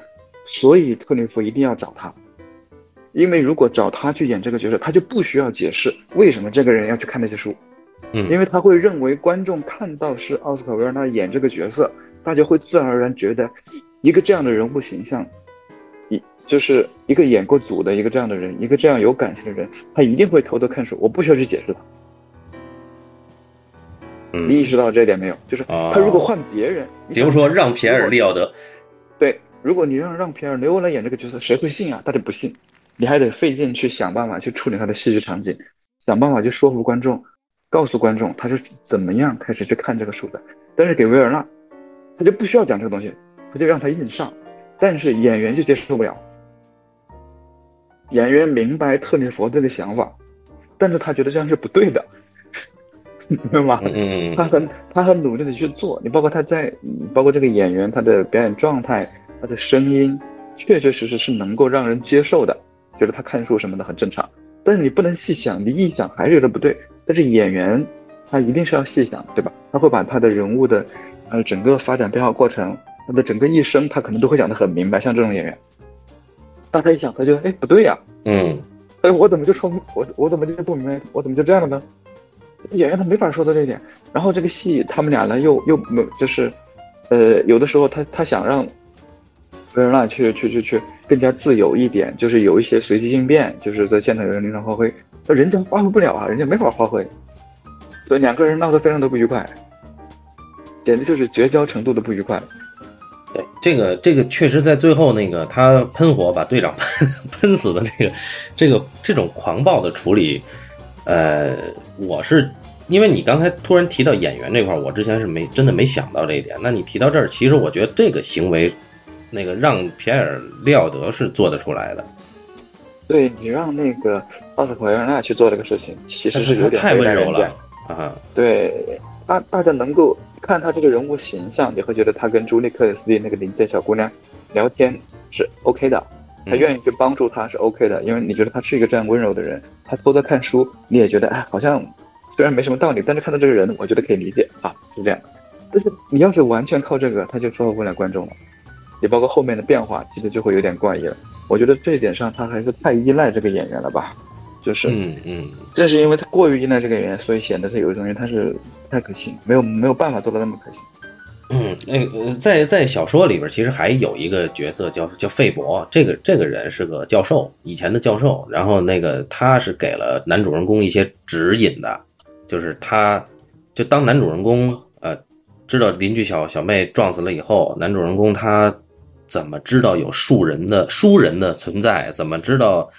[SPEAKER 3] 所以特里弗一定要找他，因为如果找他去演这个角色，他就不需要解释为什么这个人要去看那些书，
[SPEAKER 2] 嗯
[SPEAKER 3] 因为他会认为观众看到是奥斯卡维尔纳演这个角色，大家会自然而然觉得一个这样的人物形象，一就是一个演过组的一个这样的人，一个这样有感情的人，他一定会偷偷看书，我不需要去解释他。
[SPEAKER 2] 嗯
[SPEAKER 3] 你意识到这一点没有？就是
[SPEAKER 2] 哦
[SPEAKER 3] 他如果换别人，你
[SPEAKER 2] 比
[SPEAKER 3] 想
[SPEAKER 2] 如说让皮埃尔·利奥德，
[SPEAKER 3] 对，如果你让让皮尔纽来演这个角色，谁会信啊？大家不信，你还得费劲去想办法去处理他的戏剧场景，想办法去说服观众，告诉观众他是怎么样开始去看这个书的。但是给维尔纳，他就不需要讲这个东西，他就让他硬上，但是演员就接受不了。演员明白特里弗这个想法， [LAUGHS] 但是他觉得这样是不对的，明白吗？
[SPEAKER 2] 嗯嗯嗯
[SPEAKER 3] 他很他很努力的去做，你包括他在，嗯包括这个演员他的表演状态，他的声音，确确实实是能够让人接受的，觉得他看书什么的很正常。但是你不能细想，你一想还是觉得不对。但是演员他一定是要细想，对吧？他会把他的人物的，呃，整个发展变化过程，他的整个一生，他可能都会讲得很明白。像这种演员，但他一想，他就哎不对呀、
[SPEAKER 2] 嗯
[SPEAKER 3] 但是我怎么就说我我怎么就不明白，我怎么就这样了呢？演员他没法说到这一点。然后这个戏他们俩呢又又没有就是，呃，有的时候他他想让维尔纳去去去去更加自由一点，就是有一些随机应变，就是在现场有人临场发挥，那人家发挥不了啊，人家没法发挥，所以两个人闹得非常的不愉快，简直就是绝交程度的不愉快。
[SPEAKER 2] 对，这个这个确实在最后那个他喷火把队长喷 [LAUGHS] 喷死的这个这个这种狂暴的处理，呃，我是因为你刚才突然提到演员这块儿，我之前是没真的没想到这一点。那你提到这儿，其实我觉得这个行为，那个让皮埃尔·利奥德是做得出来的，
[SPEAKER 3] 对你让那个奥斯卡维尔纳去做这个事情，其实
[SPEAKER 2] 但是
[SPEAKER 3] 有
[SPEAKER 2] 他
[SPEAKER 3] 点
[SPEAKER 2] 太
[SPEAKER 3] 为
[SPEAKER 2] 温
[SPEAKER 3] 难
[SPEAKER 2] 柔
[SPEAKER 3] 人家
[SPEAKER 2] 了啊，
[SPEAKER 3] 对，大大家能够看他这个人物形象，你会觉得他跟朱莉克里斯蒂那个临界小姑娘聊天是 OK 的，他愿意去帮助她是 OK 的，因为你觉得他是一个这样温柔的人。他偷偷看书，你也觉得哎，好像虽然没什么道理，但是看到这个人，我觉得可以理解啊，是这样。但是你要是完全靠这个，他就说服不了观众了，也包括后面的变化，其实就会有点怪异了。我觉得这一点上，他还是太依赖这个演员了吧，就是。
[SPEAKER 2] 嗯嗯，
[SPEAKER 3] 正是因为他过于依赖这个演员，所以显得他有一种人他是不太可信，没有没有办法做到那么可信。
[SPEAKER 2] 嗯，那个呃在在小说里边，其实还有一个角色叫叫费伯，这个这个人是个教授，以前的教授。然后那个他是给了男主人公一些指引的，就是他就当男主人公呃知道邻居小小妹撞死了以后，男主人公他怎么知道有树人的书人的存在？怎么知道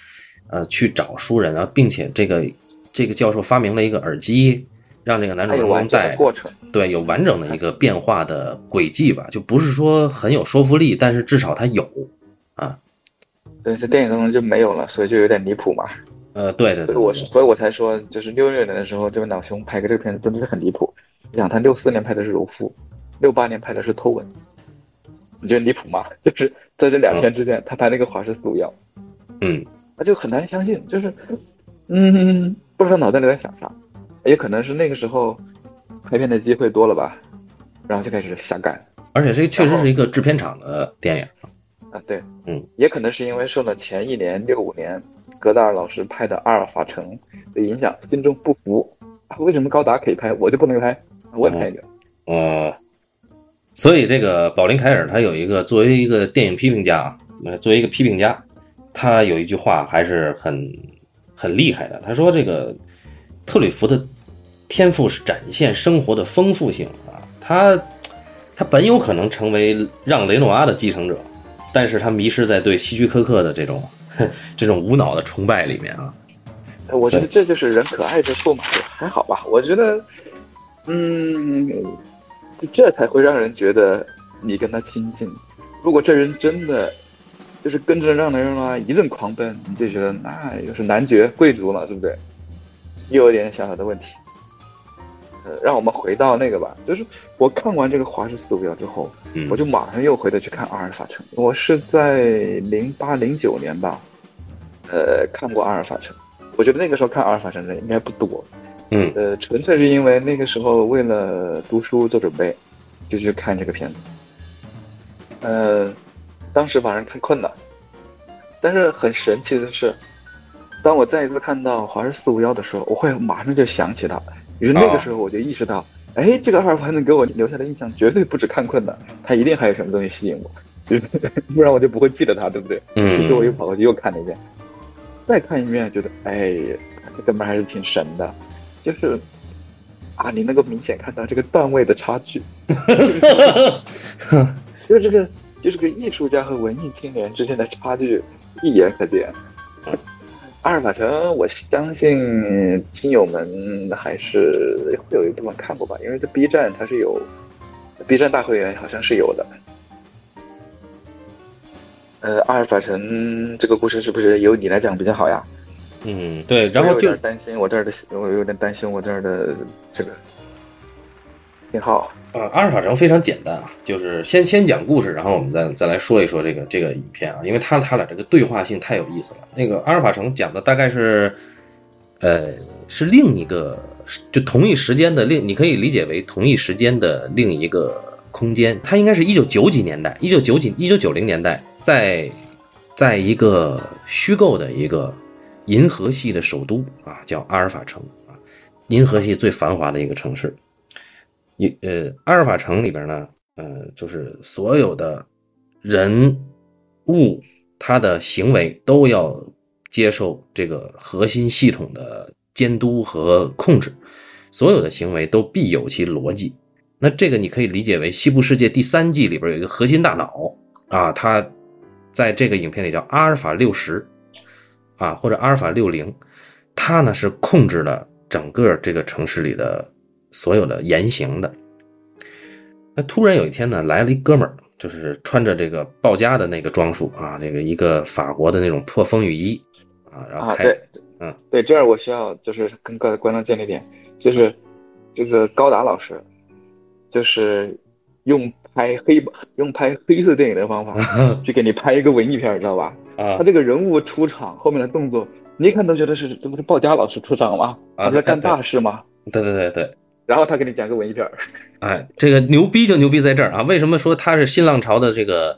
[SPEAKER 2] 呃去找书人啊？并且这个这个教授发明了一个耳机，让这个男主
[SPEAKER 3] 哎还有
[SPEAKER 2] 人
[SPEAKER 3] 完
[SPEAKER 2] 公
[SPEAKER 3] 整
[SPEAKER 2] 戴
[SPEAKER 3] 的。过程，
[SPEAKER 2] 对，有完整的一个变化的轨迹吧，就不是说很有说服力，但是至少它有。
[SPEAKER 3] 对，在电影当中就没有了，所以就有点离谱嘛。
[SPEAKER 2] 呃，对对
[SPEAKER 3] 所
[SPEAKER 2] 对，
[SPEAKER 3] 以我
[SPEAKER 2] 对
[SPEAKER 3] 是，所以我才说，就是六六年的时候，这位老兄拍个这个片子真的是很离谱。你想，他六四年拍的是《柔妇》，六八年拍的是《偷吻》，你觉得离谱吗？ [LAUGHS] 就是在这两天之间，他拍那个《华氏四五幺》，
[SPEAKER 2] 嗯
[SPEAKER 3] 那就很难相信，就是，嗯，不知道脑袋里在想啥，也可能是那个时候拍片的机会多了吧，然后就开始瞎干
[SPEAKER 2] 而且这确实是一个制片厂的电影。
[SPEAKER 3] 啊，对，
[SPEAKER 2] 嗯，
[SPEAKER 3] 也可能是因为受了前一年六五年戈达尔老师拍的《阿尔法城》的影响，心中不服，啊为什么高达可以拍，我就不能拍，我也拍一个，
[SPEAKER 2] 呃，所以这个保林凯尔他有一个作为一个电影批评家啊，呃作为一个批评家，他有一句话还是很很厉害的。他说这个特吕弗的天赋是展现生活的丰富性啊，他他本有可能成为让雷诺阿的继承者，但是他迷失在对希区柯克的这种 [LAUGHS] 这种无脑的崇拜里面啊。
[SPEAKER 3] 哎我觉得这就是人可爱之处嘛，也还好吧，我觉得，嗯，这才会让人觉得你跟他亲近。如果这人真的就是跟着让人啊一阵狂奔，你就觉得那又是男爵贵族了，对不对？又有点小小的问题。呃，让我们回到那个吧，就是我看完这个《华氏四五幺》之后，
[SPEAKER 2] 嗯，
[SPEAKER 3] 我就马上又回头去看《阿尔法城》，我是在零八零九年吧，呃，看过《阿尔法城》，我觉得那个时候看《阿尔法城》的人应该不多，
[SPEAKER 2] 嗯
[SPEAKER 3] 呃，纯粹是因为那个时候为了读书做准备，就去看这个片子，呃，当时晚上看困了，但是很神奇的是，当我再一次看到《华氏四五幺》的时候，我会马上就想起它，于是那个时候我就意识到。哎，这个阿尔法能给我留下的印象绝对不止看困难，他一定还有什么东西吸引我， [LAUGHS] 就是不然我就不会记得他，对不对？于是我
[SPEAKER 2] 嗯
[SPEAKER 3] 又跑过去又看了一遍，再看一遍，觉得哎，这哥们儿还是挺神的，就是啊，你能够明显看到这个段位的差距，就是这个就是个艺术家和文艺青年之间的差距一眼可见。阿尔法城，我相信听友们还是会有一部分看过吧，因为在 B 站它是有，B 站大会员好像是有的。呃，阿尔法城这个故事是不是由你来讲比较好呀？
[SPEAKER 2] [LAUGHS] 嗯，对，然后
[SPEAKER 3] 我有
[SPEAKER 2] 就
[SPEAKER 3] 点担心我这儿的，我有点担心我这儿的这个信号。
[SPEAKER 2] 呃，阿尔法城非常简单啊，就是先先讲故事，然后我们再再来说一说这个这个影片啊，因为它它俩这个对话性太有意思了。那个阿尔法城讲的大概是，呃，是另一个就同一时间的另，你可以理解为同一时间的另一个空间。它应该是一九九几年代，一九九几一九九零年代，在在一个虚构的一个银河系的首都啊，叫阿尔法城啊，银河系最繁华的一个城市。一呃，阿尔法城里边呢，呃，就是所有的人物他的行为都要接受这个核心系统的监督和控制，所有的行为都必有其逻辑。那这个你可以理解为《西部世界》第三季里边有一个核心大脑啊，他在这个影片里叫阿尔法六十啊，或者阿尔法六零，他呢是控制了整个这个城市里的所有的言行的。那突然有一天呢，来了一哥们儿，就是穿着这个鲍家的那个装束啊，这个一个法国的那种破风雨衣啊，然后
[SPEAKER 3] 啊，
[SPEAKER 2] 开、
[SPEAKER 3] 对，
[SPEAKER 2] 嗯，
[SPEAKER 3] 对，这儿我需要就是跟各位观众建立点，就是这个高达老师，就是用拍黑用拍黑色电影的方法去给你拍一个文艺片儿，知道吧？
[SPEAKER 2] [LAUGHS] 啊
[SPEAKER 3] 他这个人物出场后面的动作，你一看都觉得是这不是鲍家老师出场吗？
[SPEAKER 2] 啊
[SPEAKER 3] 他在干大事吗？
[SPEAKER 2] 对对对对，
[SPEAKER 3] 然后他给你讲个文艺片儿，
[SPEAKER 2] 哎，这个牛逼就牛逼在这儿啊！为什么说他是新浪潮的这个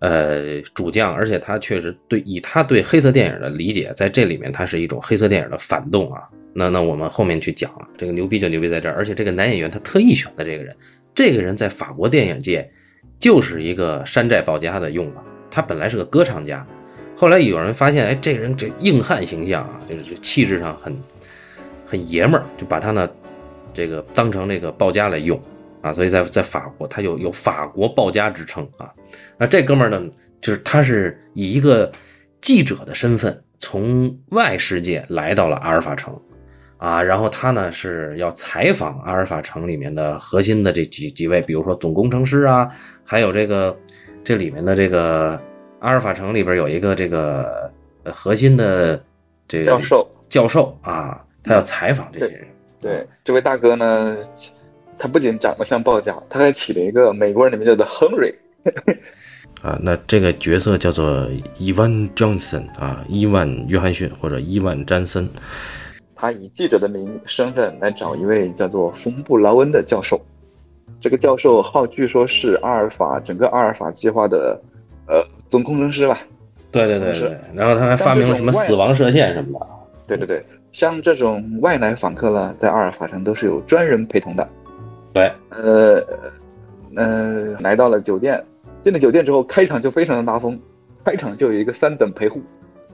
[SPEAKER 2] 呃主将？而且他确实对以他对黑色电影的理解，在这里面他是一种黑色电影的反动啊。那那我们后面去讲啊，这个牛逼就牛逼在这儿，而且这个男演员他特意选的这个人，这个人在法国电影界就是一个山寨保家的用法。他本来是个歌唱家，后来有人发现，哎，这个人这硬汉形象啊，就是气质上很很爷们儿，就把他呢这个当成这个鲍家来用啊，所以在在法国，他有有法国鲍家之称啊。那这哥们儿呢，就是他是以一个记者的身份从外世界来到了阿尔法城啊，然后他呢是要采访阿尔法城里面的核心的这几几位，比如说总工程师啊，还有这个这里面的这个阿尔法城里边有一个这个呃核心的这个
[SPEAKER 3] 教授。
[SPEAKER 2] 教授啊，他要采访这些人。
[SPEAKER 3] 对，这位大哥呢，他不仅长得像鲍家，他还起了一个美国人的名叫做 Henry。
[SPEAKER 2] 啊，那这个角色叫做伊万· Johnson 啊，伊万·约翰逊或者伊万·詹森。
[SPEAKER 3] 他以记者的名身份来找一位叫做冯布劳恩的教授。这个教授号据说是阿尔法整个阿尔法计划的，呃，总工程师吧。
[SPEAKER 2] 对对对
[SPEAKER 3] 是
[SPEAKER 2] 对，然后他还发明了什么死亡射线什么的。
[SPEAKER 3] 对对对，像这种外来访客呢，在阿尔法城都是有专人陪同的。
[SPEAKER 2] 对，
[SPEAKER 3] 呃呃，来到了酒店，进了酒店之后，开场就非常的拉风，开场就有一个三等陪护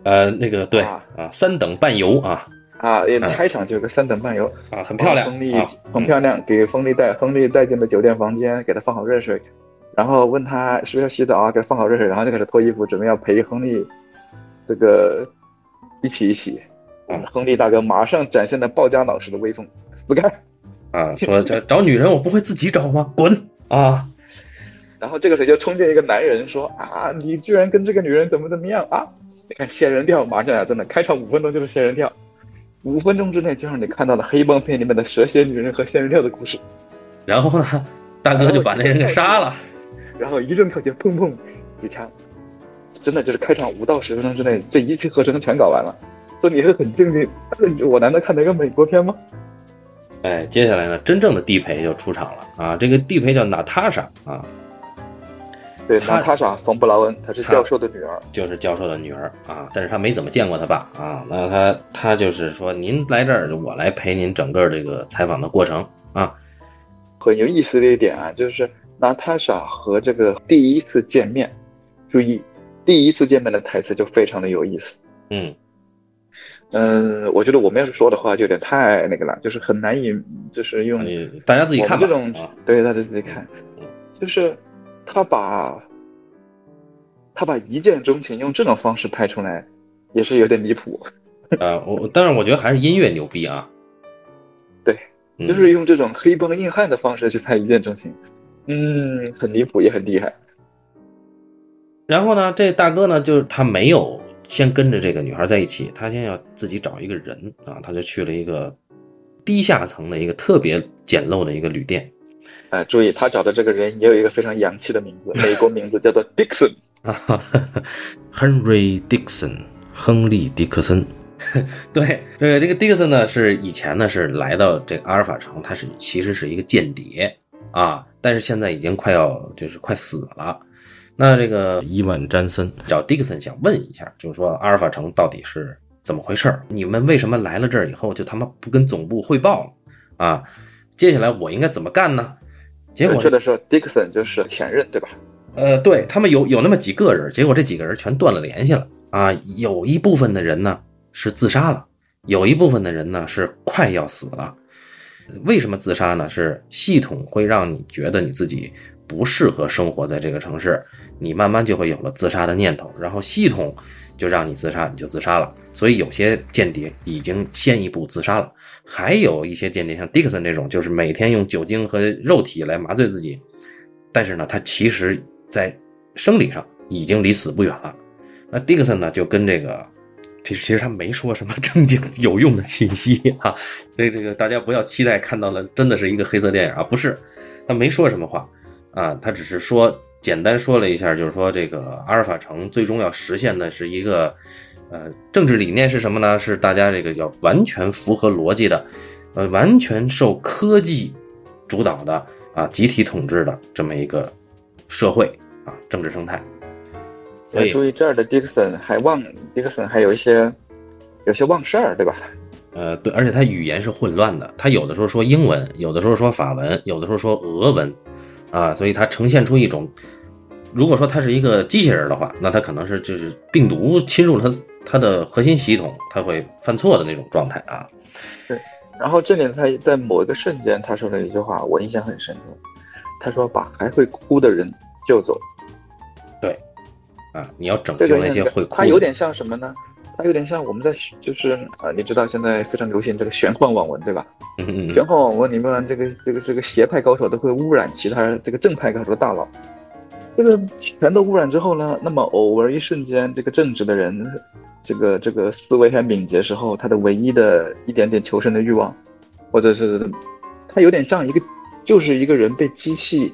[SPEAKER 2] 呃，那个对
[SPEAKER 3] 啊
[SPEAKER 2] 啊，三等半游啊
[SPEAKER 3] 啊，也
[SPEAKER 2] 嗯
[SPEAKER 3] 开场就有个三等伴游，
[SPEAKER 2] 啊，很漂亮
[SPEAKER 3] 亨利
[SPEAKER 2] 啊，
[SPEAKER 3] 很漂亮，给亨利带亨利带进了酒店房间，给他放好热水，然后问他是不是要洗澡啊，给他放好热水，然后就开始脱衣服，准备要陪亨利这个一起一起。
[SPEAKER 2] 嗯
[SPEAKER 3] 亨利大哥马上展现了鲍家老师的威风，死干！
[SPEAKER 2] 啊，说找找女人我不会自己找吗？滚啊！
[SPEAKER 3] 然后这个时候就冲进一个男人说啊，你居然跟这个女人怎么怎么样啊？你看仙人跳，马上啊，真的开场五分钟就是仙人跳，五分钟之内就让你看到了黑帮片里面的蛇蝎女人和仙人跳的故事。
[SPEAKER 2] 然后呢，大哥就把那人给杀了。
[SPEAKER 3] 然后一阵跳起，砰砰几枪，真的就是开场五到十分钟之内，这一气呵成全搞完了。所以你会很静静，但是我难道看了一个美国片吗？
[SPEAKER 2] 哎，接下来呢，真正的地陪就出场了啊，这个地陪叫娜塔莎啊，
[SPEAKER 3] 对，
[SPEAKER 2] 他
[SPEAKER 3] 娜塔莎·冯布劳恩，她是
[SPEAKER 2] 他
[SPEAKER 3] 教授的女儿。
[SPEAKER 2] 就是教授的女儿啊，但是他没怎么见过他爸啊。那他他就是说，您来这儿，我来陪您整个这个采访的过程啊。
[SPEAKER 3] 很有意思的一点啊，就是娜塔莎和这个第一次见面，注意第一次见面的台词就非常的有意思。
[SPEAKER 2] 嗯，
[SPEAKER 3] 嗯，我觉得我们要是说的话，就有点太那个了，就是很难以，就是用
[SPEAKER 2] 你大家自己看吧。
[SPEAKER 3] 嗯我们这种
[SPEAKER 2] 啊，
[SPEAKER 3] 对，大家自己看
[SPEAKER 2] 嗯，
[SPEAKER 3] 就是他把，他把一见钟情用这种方式拍出来，也是有点离谱。
[SPEAKER 2] 呃，我但是我觉得还是音乐牛逼啊。
[SPEAKER 3] [LAUGHS] 对
[SPEAKER 2] 嗯，
[SPEAKER 3] 就是用这种黑帮硬汉的方式去拍一见钟情，嗯，很离谱，也很厉害。
[SPEAKER 2] 然后呢，这大哥呢，就是他没有先跟着这个女孩在一起，他先要自己找一个人啊，他就去了一个低下层的一个特别简陋的一个旅店
[SPEAKER 3] 啊、注意，他找的这个人也有一个非常洋气的名
[SPEAKER 2] [LAUGHS]
[SPEAKER 3] 字，美国名字叫做 Dixon。
[SPEAKER 2] 啊哈哈哈，Henry [LAUGHS] Dixon，亨利·迪克森。 [LAUGHS] 对，这个这个迪克森呢，是以前呢是来到这个阿尔法城，他是其实是一个间谍啊，但是现在已经快要就是快死了。那这个伊万·詹森找迪克森想问一下，就是说阿尔法城到底是怎么回事儿？你们为什么来了这儿以后就他妈不跟总部汇报了啊？结下来我应该怎么干呢？结
[SPEAKER 3] 准
[SPEAKER 2] 果
[SPEAKER 3] 确的呃说，Dixon 就是前任，对吧？
[SPEAKER 2] 呃，对他们有有那么几个人，结果这几个人全断了联系了啊。有一部分的人呢是自杀了，有一部分的人呢是快要死了。为什么自杀呢？是系统会让你觉得你自己不适合生活在这个城市，你慢慢就会有了自杀的念头，然后系统就让你自杀，你就自杀了。所以有些间谍已经先一步自杀了，还有一些间谍像迪克森这种，就是每天用酒精和肉体来麻醉自己，但是呢，他其实在生理上已经离死不远了。那迪克森呢，就跟这个，其实其实他没说什么正经有用的信息啊，所以这个大家不要期待看到了真的是一个黑色电影啊，不是。他没说什么话啊，他只是说简单说了一下，就是说这个阿尔法城最终要实现的是一个呃政治理念是什么呢？是大家这个要完全符合逻辑的，呃，完全受科技主导的啊，集体统治的这么一个社会啊，政治生态。所以
[SPEAKER 3] 呃要注意这儿的 Dixon 还忘 Dixon 还有一些有些忘事儿，对吧？
[SPEAKER 2] 呃，对，而且他语言是混乱的，他有的时候说英文，有的时候说法文，有的时候说俄文，啊，所以它呈现出一种，如果说它是一个机器人的话，那它可能是就是病毒侵入了它它的核心系统，它会犯错的那种状态啊。
[SPEAKER 3] 然后这里他在某一个瞬间他说了一句话，我印象很深刻，他说把还会哭的人救走，
[SPEAKER 2] 啊，你要拯
[SPEAKER 3] 这
[SPEAKER 2] 救
[SPEAKER 3] 个
[SPEAKER 2] 那些会哭
[SPEAKER 3] 它有点像什么呢？它有点像我们在就是呃，你知道现在非常流行这个玄幻网文，对吧？
[SPEAKER 2] 嗯嗯
[SPEAKER 3] 玄幻网文里面这个这个这个邪派高手都会污染其他这个正派高手的大脑，这个全都污染之后呢，那么偶尔一瞬间，这个正直的人，这个这个思维还敏捷时候，他的唯一的一点点求生的欲望，或者是他有点像一个就是一个人被机器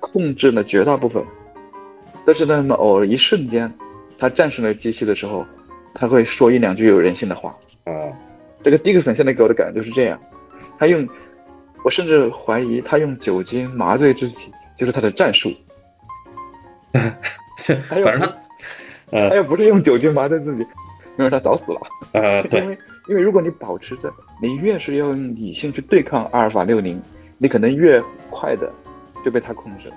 [SPEAKER 3] 控制了绝大部分，但是那么偶尔一瞬间，他战胜了机器的时候，他会说一两句有人性的话。
[SPEAKER 2] 嗯啊，
[SPEAKER 3] 这个 Dixon 现在给我的感觉就是这样，他用，我甚至怀疑他用酒精麻醉自己，就是他的战术。
[SPEAKER 2] 这反
[SPEAKER 3] 还有
[SPEAKER 2] 正他，
[SPEAKER 3] 他
[SPEAKER 2] 呃
[SPEAKER 3] 要不是用酒精麻醉自己，没准他早死了。
[SPEAKER 2] 呃，
[SPEAKER 3] 因
[SPEAKER 2] 对，
[SPEAKER 3] 为因为如果你保持着，你越是要用理性去对抗阿尔法六零，你可能越快的就被他控制，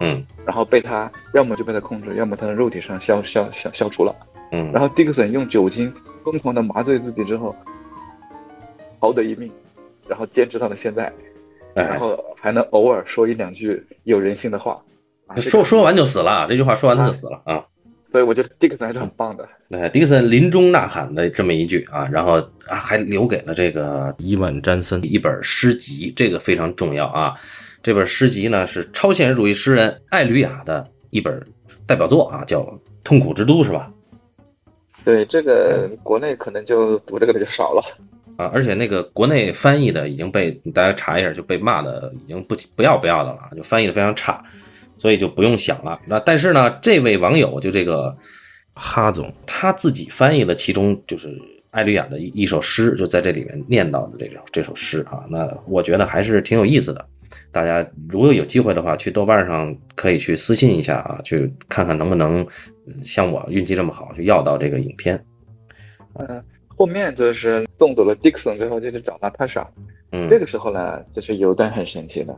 [SPEAKER 2] 嗯
[SPEAKER 3] 然后被他要么就被他控制，要么他的肉体上消消消消除了。
[SPEAKER 2] 嗯
[SPEAKER 3] 然，后 Dixon 用酒精疯狂的麻醉自己之后，逃得一命，然后坚持到了现在。然
[SPEAKER 2] 哎，
[SPEAKER 3] 后还能偶尔说一两句有人性的话。啊这个
[SPEAKER 2] 说说完就死了，啊这句话说完他就死了啊。
[SPEAKER 3] 所以我觉得 Dixon 还是很棒的。
[SPEAKER 2] 对，迪克森临终呐喊的这么一句啊，然后啊还留给了这个伊万詹森一本诗集，这个非常重要啊。这本诗集呢是超现实主义诗人艾吕雅的一本代表作啊，叫《痛苦之都》是吧？
[SPEAKER 3] 对这个国内可能就读这个的就少了。
[SPEAKER 2] 啊，而且那个国内翻译的已经被大家查一下，就被骂的已经不不要不要的了，啊就翻译的非常差，所以就不用想了。那但是呢，这位网友就这个哈总，他自己翻译了其中就是艾吕雅的一一首诗，就在这里面念到的这首这首诗啊，那我觉得还是挺有意思的。大家如果有机会的话，去豆瓣上可以去私信一下啊，去看看能不能呃像我运气这么好去要到这个影片。
[SPEAKER 3] 后面就是送走了 Dixon 之后，就去找娜塔莎。
[SPEAKER 2] 嗯，
[SPEAKER 3] 这个时候呢，就是有一段很神奇的，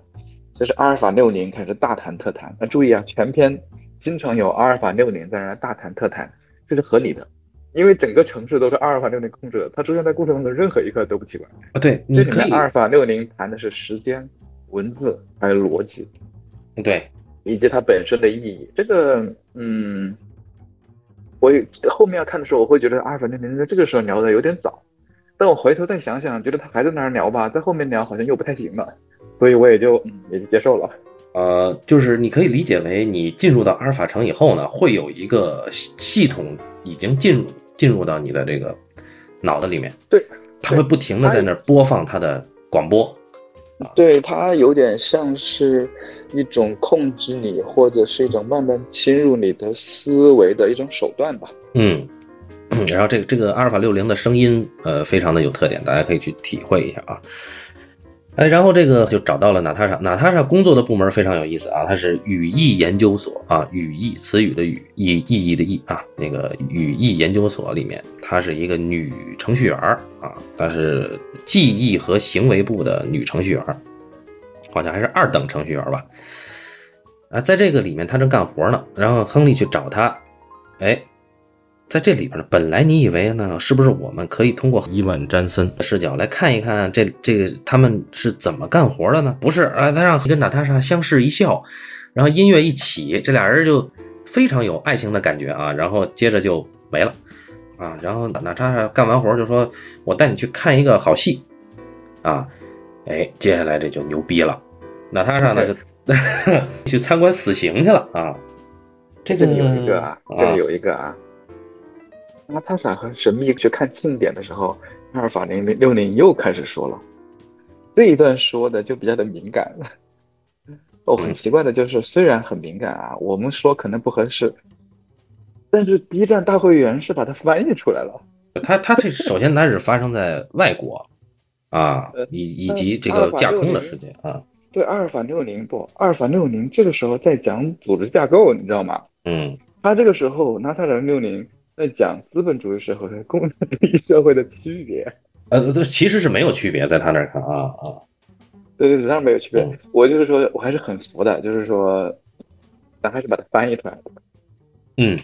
[SPEAKER 3] 就是阿尔法六零开始大谈特谈。那注意啊，全篇经常有阿尔法六零在那大谈特谈，这是合理的，因为整个城市都是阿尔法六零控制的，它出现在故事中的任何一刻都不奇怪。
[SPEAKER 2] 啊，对，你
[SPEAKER 3] 这里
[SPEAKER 2] 可
[SPEAKER 3] 面
[SPEAKER 2] 以
[SPEAKER 3] 阿尔法六零谈的是时间、文字还有逻辑。
[SPEAKER 2] 对，
[SPEAKER 3] 以及它本身的意义。这个，嗯，我有后面要看的时候，我会觉得阿尔法那边在这个时候聊的有点早，但我回头再想想，觉得他还在那儿聊吧，在后面聊好像又不太行了，所以我也就嗯也就接受了。
[SPEAKER 2] 呃，就是你可以理解为，你进入到阿尔法城以后呢，会有一个系系统已经进入进入到你的这个脑子里面，
[SPEAKER 3] 对，
[SPEAKER 2] 它会不停的在那儿播放它的广播，
[SPEAKER 3] 对，它有点像是一种控制你，或者是一种慢慢侵入你的思维的一种手段吧。
[SPEAKER 2] 嗯， [CLEARS THROAT] 然后这个这个阿尔法六零的声音，呃，非常的有特点，大家可以去体会一下啊。哎，然后这个就找到了娜塔莎，娜塔莎工作的部门非常有意思啊，它是语义研究所啊，语义词语的语，意意义的意啊，那个语义研究所里面，她是一个女程序员儿啊，她是记忆和行为部的女程序员儿，好像还是二等程序员儿吧。啊，在这个里面她正干活呢，然后亨利去找她，哎，在这里边呢，本来你以为呢，是不是我们可以通过伊万詹森的视角来看一看这这个他们是怎么干活的呢？不是啊，他让跟娜塔莎相视一笑，然后音乐一起，这俩人就非常有爱情的感觉啊，然后接着就没了啊，然后娜塔莎干完活就说：“我带你去看一个好戏啊，哎，接下来这就牛逼了，娜塔莎呢就 [LAUGHS] 去参观死刑去了啊。”这
[SPEAKER 3] 这
[SPEAKER 2] 个
[SPEAKER 3] 里有一个啊，这
[SPEAKER 2] 啊
[SPEAKER 3] 里有一个啊。那他俩和神秘去看庆典的时候，阿尔法零零六零又开始说了，这一段说的就比较的敏感了。哦，很奇怪的就是，虽然很敏感啊，我们说可能不合适，但是 B 站大会员是把它翻译出来了。
[SPEAKER 2] 它它这首先它是发生在外国啊，以以及这个架空的世界啊，
[SPEAKER 3] 对，阿尔法六零不，阿尔法六零这个时候在讲组织架构，你知道吗？
[SPEAKER 2] 嗯，
[SPEAKER 3] 他这个时候拿它人六零在讲资本主义社会和共产主义社会的区别。
[SPEAKER 2] 呃，都其实是没有区别，在他那儿看啊啊，
[SPEAKER 3] 对对对，当然没有区别。
[SPEAKER 2] 嗯
[SPEAKER 3] 我就是说，我还是很服的，就是说，咱还是把它翻译出来。
[SPEAKER 2] 嗯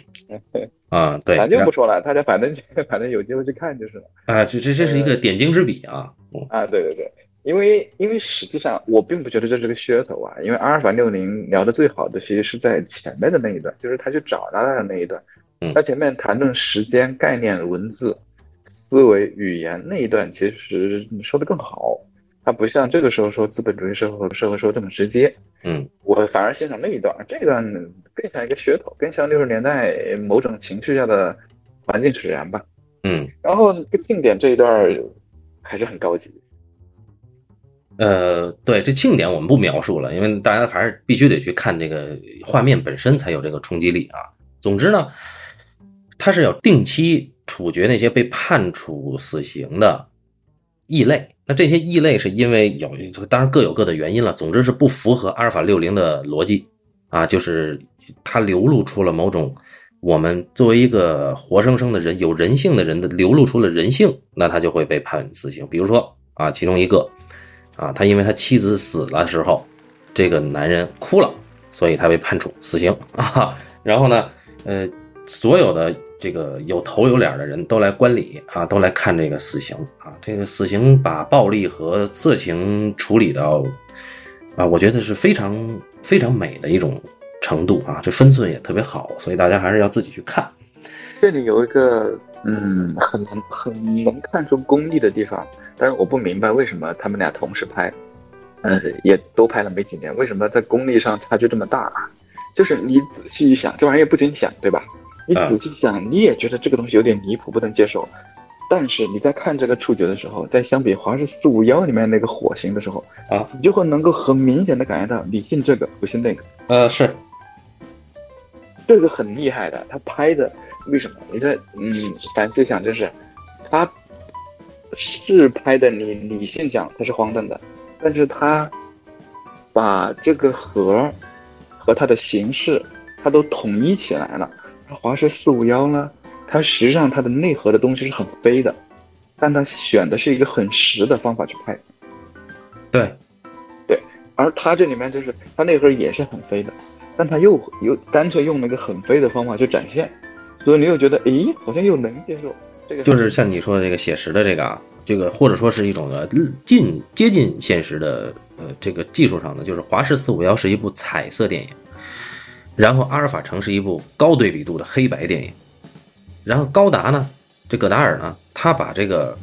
[SPEAKER 2] 啊，对，
[SPEAKER 3] 咱就
[SPEAKER 2] 然
[SPEAKER 3] 不说了，大家反正 [LAUGHS] 反正有机会去看就是了。
[SPEAKER 2] 啊，这这这是一个点睛之笔啊，嗯
[SPEAKER 3] 啊，对对对，因为因为实际上我并不觉得这是个噱头啊，因为阿尔法六零聊的最好的其实是在前面的那一段，就是他去找他的那一段
[SPEAKER 2] 嗯，
[SPEAKER 3] 他前面谈论时间概念、文字、思维、语言那一段，其实说的更好，他不像这个时候说资本主义社会社会说这么直接，
[SPEAKER 2] 嗯
[SPEAKER 3] 我反而欣赏那一段，这一段更像一个噱头，更像六十年代某种情绪下的环境使然吧。
[SPEAKER 2] 嗯，
[SPEAKER 3] 然后庆典这一段儿还是很高级。
[SPEAKER 2] 呃，对，这庆典我们不描述了，因为大家还是必须得去看这个画面本身才有这个冲击力啊。总之呢，他是要定期处决那些被判处死刑的异类。那这些异类是因为有，当然各有各的原因了。总之是不符合阿尔法六零的逻辑啊，就是它流露出了某种我们作为一个活生生的人、有人性的人的流露出了人性，那他就会被判死刑。比如说啊，其中一个啊，他因为他妻子死了的时候，这个男人哭了，所以他被判处死刑 [LAUGHS] 啊。然后呢，呃，所有的这个有头有脸的人都来观礼啊，都来看这个死刑啊。这个死刑把暴力和色情处理到啊，我觉得是非常非常美的一种程度啊，这分寸也特别好，所以大家还是要自己去看。
[SPEAKER 3] 这里有一个嗯，很能很能看出功力的地方，但是我不明白为什么他们俩同时拍，呃，也都拍了没几年，为什么在功力上差距这么大啊？就是你仔细一想，这玩意儿也不经想，对吧？你
[SPEAKER 2] 嗯
[SPEAKER 3] 仔细想，你也觉得这个东西有点离谱，不能接受。但是你在看这个触觉的时候，在相比华氏四五幺里面那个火星的时候
[SPEAKER 2] 啊，
[SPEAKER 3] 你就会能够很明显的感觉到，你信这个不信那个。
[SPEAKER 2] 呃，是，
[SPEAKER 3] 这个很厉害的，他拍的为什么？你在嗯反思想，就是他是拍的你理性讲他是荒诞的，但是他把这个核和它的形式，它都统一起来了。华氏四五幺呢，它实际上它的内核的东西是很飞的，但它选的是一个很实的方法去拍。
[SPEAKER 2] 对，
[SPEAKER 3] 而它这里面就是它内核也是很飞的，但它又又单纯用了一个很飞的方法去展现，所以你又觉得，诶，好像又能接受。这个
[SPEAKER 2] 就是像你说的这个写实的这个啊，这个或者说是一种呃近接近现实的呃这个技术上的，就是《华氏四五幺》是一部彩色电影，然后《阿尔法城》是一部高对比度的黑白电影，然后高达呢，这戈达尔呢，他把这个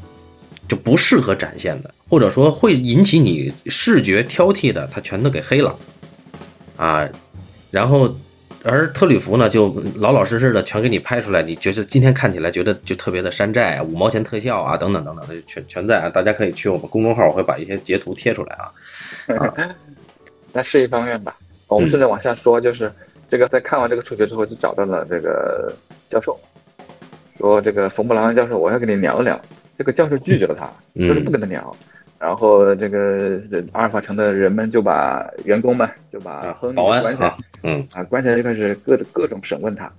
[SPEAKER 2] 就不适合展现的，或者说会引起你视觉挑剔的，他全都给黑了啊，然后。而特吕弗呢，就老老实实的全给你拍出来，你觉得今天看起来觉得就特别的山寨啊，五毛钱特效啊，等等等等的，全全在啊。大家可以去我们公众号，我会把一些截图贴出来啊。
[SPEAKER 3] [LAUGHS] 那是一方面吧。我们
[SPEAKER 2] 嗯
[SPEAKER 3] 顺着往下说，就是这个在看完这个触觉之后，就找到了这个教授，说这个冯布劳恩教授，我要跟你聊一聊。这个教授拒绝了他，
[SPEAKER 2] 嗯
[SPEAKER 3] 就是不跟他聊。然后这个这阿尔法城的人们就把员工们就把
[SPEAKER 2] 啊
[SPEAKER 3] 亨，利
[SPEAKER 2] 保安
[SPEAKER 3] 关起来
[SPEAKER 2] 啊，，嗯
[SPEAKER 3] 啊，关起来就开始各各种审问他。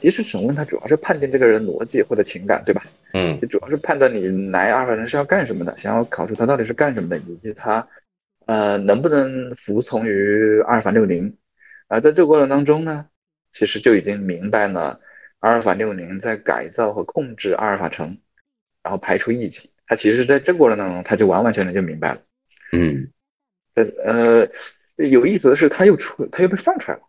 [SPEAKER 3] 其实审问他主要是判定这个人逻辑或者情感，对吧？
[SPEAKER 2] 嗯
[SPEAKER 3] 就主要是判断你来阿尔法人是要干什么的，想要考出他到底是干什么的，以及他呃能不能服从于阿尔法六零。而在这个过程当中呢，其实就已经明白了阿尔法六零在改造和控制阿尔法城，然后排除异己。他其实在这个过程当中，他就完完全全就明白了。
[SPEAKER 2] 嗯
[SPEAKER 3] 但呃，有意思的是，他又出，他又被放出来了。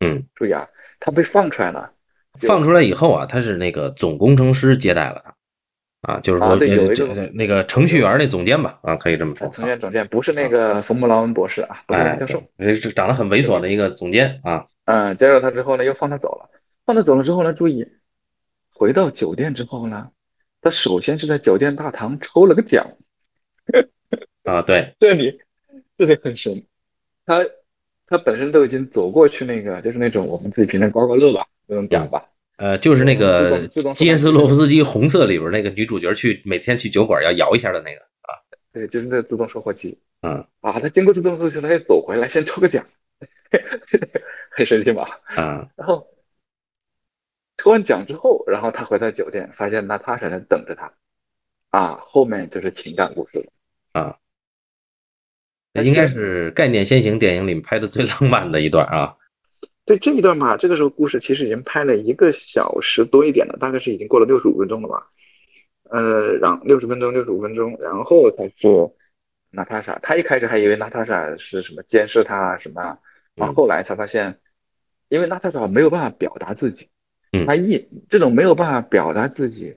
[SPEAKER 2] 嗯，
[SPEAKER 3] 注意啊，他被放出来了。就
[SPEAKER 2] 放出来以后啊，他是那个总工程师接待了他啊，就是
[SPEAKER 3] 啊
[SPEAKER 2] 说
[SPEAKER 3] 对有
[SPEAKER 2] 这
[SPEAKER 3] 一种
[SPEAKER 2] 这那个程序员那总监吧，啊，可以这么说
[SPEAKER 3] 呃。成员总监不是那个冯布劳恩博士啊，不是那
[SPEAKER 2] 哎
[SPEAKER 3] 个教授。，
[SPEAKER 2] 这是长得很猥琐的一个总监啊，
[SPEAKER 3] 嗯，接受他之后呢，又放他走了。放他走了之后呢，注意，回到酒店之后呢，他首先是在酒店大堂抽了个奖，
[SPEAKER 2] 啊，对，
[SPEAKER 3] 这里这里很神。他他本身都已经走过去那个，就是那种我们自己平常高高乐吧，不能讲吧？
[SPEAKER 2] 呃，就是那
[SPEAKER 3] 自
[SPEAKER 2] 个
[SPEAKER 3] 动自动
[SPEAKER 2] 基耶斯洛夫斯基红色里边那个女主角去每天去酒馆要摇一下的那个，
[SPEAKER 3] 对，就是那个自动售货机。
[SPEAKER 2] 嗯
[SPEAKER 3] 啊，他经过自动售货机，他又走回来，先抽个奖， [LAUGHS] 很神奇吧？
[SPEAKER 2] 啊
[SPEAKER 3] [LAUGHS] 然后抽完奖之后，然后他回到酒店，发现娜塔莎在等着他。啊，后面就是情感故事了。
[SPEAKER 2] 啊，
[SPEAKER 3] 而且
[SPEAKER 2] 应该是概念先行电影里拍的最浪漫的一段啊。
[SPEAKER 3] 对这一段嘛，这个时候故事其实已经拍了一个小时多一点了，大概是已经过了六十五分钟了吧。呃，然六十分钟，六十五分钟，然后才是娜塔莎。他一开始还以为娜塔莎是什么监视他啊什么啊，然后
[SPEAKER 2] 嗯
[SPEAKER 3] 后来才发现，因为娜塔莎没有办法表达自己，
[SPEAKER 2] 嗯
[SPEAKER 3] 他一这种没有办法表达自己，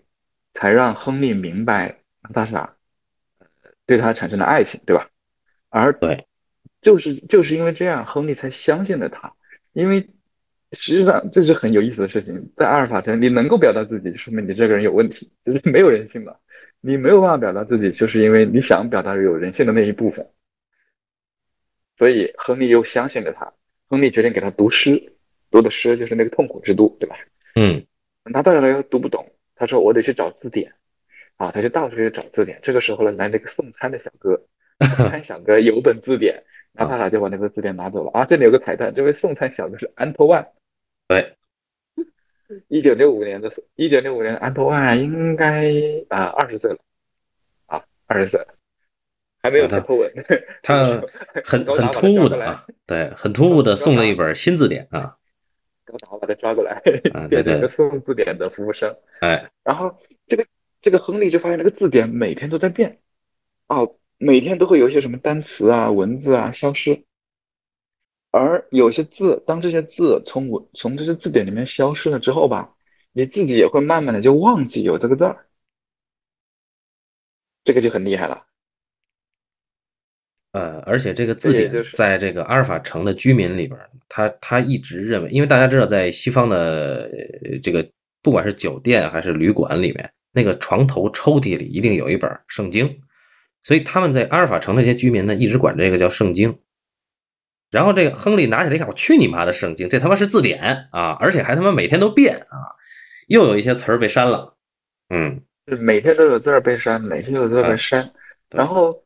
[SPEAKER 3] 才让亨利明白娜塔莎呃对他产生了爱情，对吧？而
[SPEAKER 2] 对，
[SPEAKER 3] 就是就是因为这样，亨利才相信了他。因为实际上这是很有意思的事情，在阿尔法城，你能够表达自己，就说明你这个人有问题，就是没有人性了。你没有办法表达自己，就是因为你想表达有人性的那一部分。所以亨利又相信了他，亨利决定给他读诗，读的诗就是那个痛苦之都，对吧？
[SPEAKER 2] 嗯
[SPEAKER 3] 他到来又读不懂，他说我得去找字典，啊，他就到处去找字典。这个时候呢，来了一个送餐的小
[SPEAKER 2] [LAUGHS]
[SPEAKER 3] 哥，送餐小哥有本字典，拿
[SPEAKER 2] 啊
[SPEAKER 3] 他俩就把那个字典拿走了啊。这里有个彩蛋，这位送餐小哥是安托万，
[SPEAKER 2] 对，
[SPEAKER 3] 一九六五年的，一九六五年的安托万应该啊二十岁了，啊二十岁了，还没有
[SPEAKER 2] 好的
[SPEAKER 3] 抬头纹，
[SPEAKER 2] 他很
[SPEAKER 3] [LAUGHS] 高
[SPEAKER 2] 很
[SPEAKER 3] 达把他
[SPEAKER 2] 突兀
[SPEAKER 3] 抓过
[SPEAKER 2] 的
[SPEAKER 3] 来
[SPEAKER 2] 啊，对，很突兀的送了一本新字典啊，
[SPEAKER 3] 高达把他抓过来
[SPEAKER 2] 啊，对
[SPEAKER 3] [LAUGHS] 变成
[SPEAKER 2] 对
[SPEAKER 3] 一个送字典的服务生。
[SPEAKER 2] 哎，
[SPEAKER 3] 然后这个这个亨利就发现这个字典每天都在变，啊，每天都会有一些什么单词啊、文字啊消失，而有些字，当这些字从我从这些字典里面消失了之后吧，你自己也会慢慢的就忘记有这个字儿，这个就很厉害了。
[SPEAKER 2] 呃，而且这个字
[SPEAKER 3] 这也
[SPEAKER 2] 典
[SPEAKER 3] 就是
[SPEAKER 2] 在这个阿尔法城的居民里边儿，他他一直认为，因为大家知道，在西方的呃这个不管是酒店还是旅馆里面，那个床头抽屉里一定有一本圣经，所以他们在阿尔法城那些居民呢，一直管这个叫圣经。然后这个亨利拿起来一看，我去你妈的圣经，这他妈是字典啊，而且还他妈每天都变啊，又有一些词儿被删了，嗯，
[SPEAKER 3] 就是每天都有字儿被删，每天都有字儿被删。
[SPEAKER 2] 对
[SPEAKER 3] 然后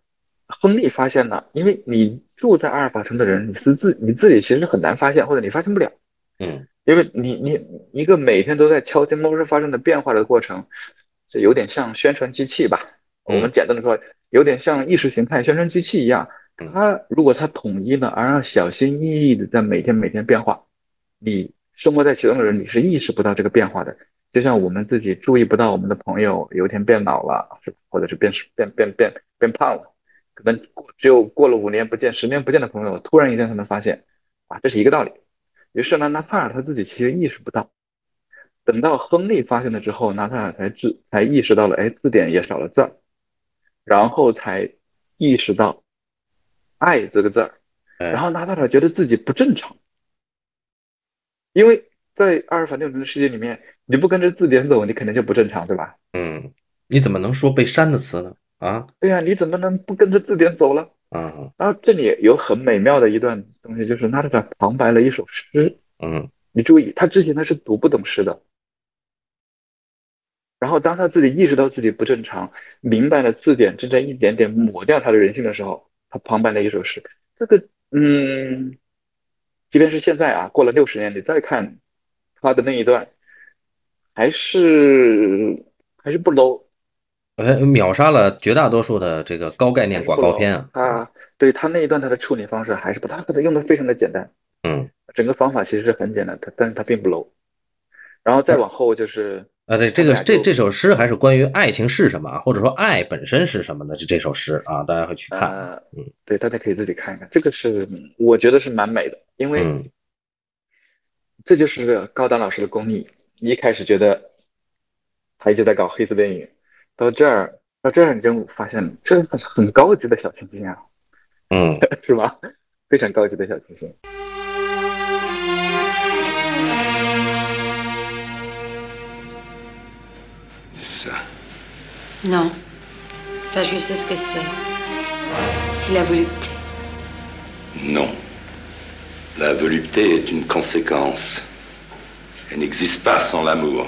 [SPEAKER 3] 亨利发现了，因为你住在阿尔法城的人，你是自你自己其实很难发现，或者你发现不了，
[SPEAKER 2] 嗯，
[SPEAKER 3] 因为你你一个每天都在敲击模式发生的变化的过程，这有点像宣传机器吧？我
[SPEAKER 2] 嗯
[SPEAKER 3] 们简单的说，有点像意识形态宣传机器一样。
[SPEAKER 2] 嗯
[SPEAKER 3] 它如果它统一了，而要小心翼翼的在每天每天变化，你生活在其中的人，你是意识不到这个变化的。就像我们自己注意不到我们的朋友有一天变老了，是或者是变变变变变胖了，可能过只有过了五年不见、十年不见的朋友，突然一下才能发现，啊，这是一个道理。于是呢，纳塔尔他自己其实意识不到，等到亨利发现了之后，纳塔尔才知才意识到了，哎，字典也少了字儿，然后才意识到“爱”这个字儿，
[SPEAKER 2] 哎
[SPEAKER 3] 然后纳塔尔觉得自己不正常，因为在阿尔法六零的世界里面，你不跟着字典走，你肯定就不正常，对吧？
[SPEAKER 2] 嗯，你怎么能说被删的词呢？啊
[SPEAKER 3] 对呀、你怎么能不跟着字典走了？
[SPEAKER 2] 啊
[SPEAKER 3] 然后这里有很美妙的一段东西，就是纳塔尔旁白了一首诗，
[SPEAKER 2] 嗯
[SPEAKER 3] 你注意，他之前他是读不懂诗的。然后当他自己意识到自己不正常，明白了字典正在一点点抹掉他的人性的时候，他旁白了一首诗。这个，嗯，即便是现在啊，过了六十年，你再看他的那一段，还是还是不 low，
[SPEAKER 2] 呃，秒杀了绝大多数的这个高概念
[SPEAKER 3] 还是
[SPEAKER 2] 广
[SPEAKER 3] 哎不
[SPEAKER 2] 告
[SPEAKER 3] low
[SPEAKER 2] 片啊，
[SPEAKER 3] 他对他那一段他的处理方式还是不，他他用的非常的简单。
[SPEAKER 2] 嗯，
[SPEAKER 3] 整个方法其实是很简单，它但是它并不 low。然后再往后就是，
[SPEAKER 2] 啊，这这
[SPEAKER 3] 他
[SPEAKER 2] 个
[SPEAKER 3] 们俩
[SPEAKER 2] 这
[SPEAKER 3] 哎就
[SPEAKER 2] 这首诗还是关于爱情是什么啊，或者说爱本身是什么的，这这首诗啊，大家会去看，
[SPEAKER 3] 呃
[SPEAKER 2] 嗯，
[SPEAKER 3] 对，大家可以自己看一看，这个是嗯我觉得是蛮美的，因为
[SPEAKER 2] 嗯
[SPEAKER 3] 这就是高丹老师的功力。你一开始觉得他一直在搞黑色电影，到这儿到这儿你就发现这很很高级的小清新啊， [LAUGHS]
[SPEAKER 2] 嗯，
[SPEAKER 3] 是吧？非常高级的小清新。
[SPEAKER 1] Ça,
[SPEAKER 4] Non. Ça, je sais ce que c'est. C'est la volupté.
[SPEAKER 1] non.
[SPEAKER 5] La volupté est une conséquence. Elle n'existe pas sans l'amour.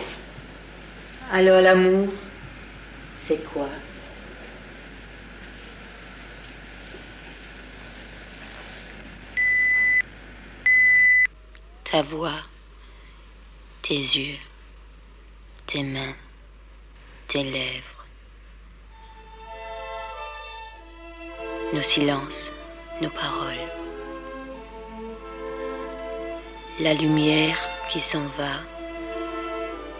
[SPEAKER 4] Alors l'amour, c'est quoi Ta voix, tes yeux, tes mains, tes lèvres. Nos silences, nos paroles. La lumière qui s'en va,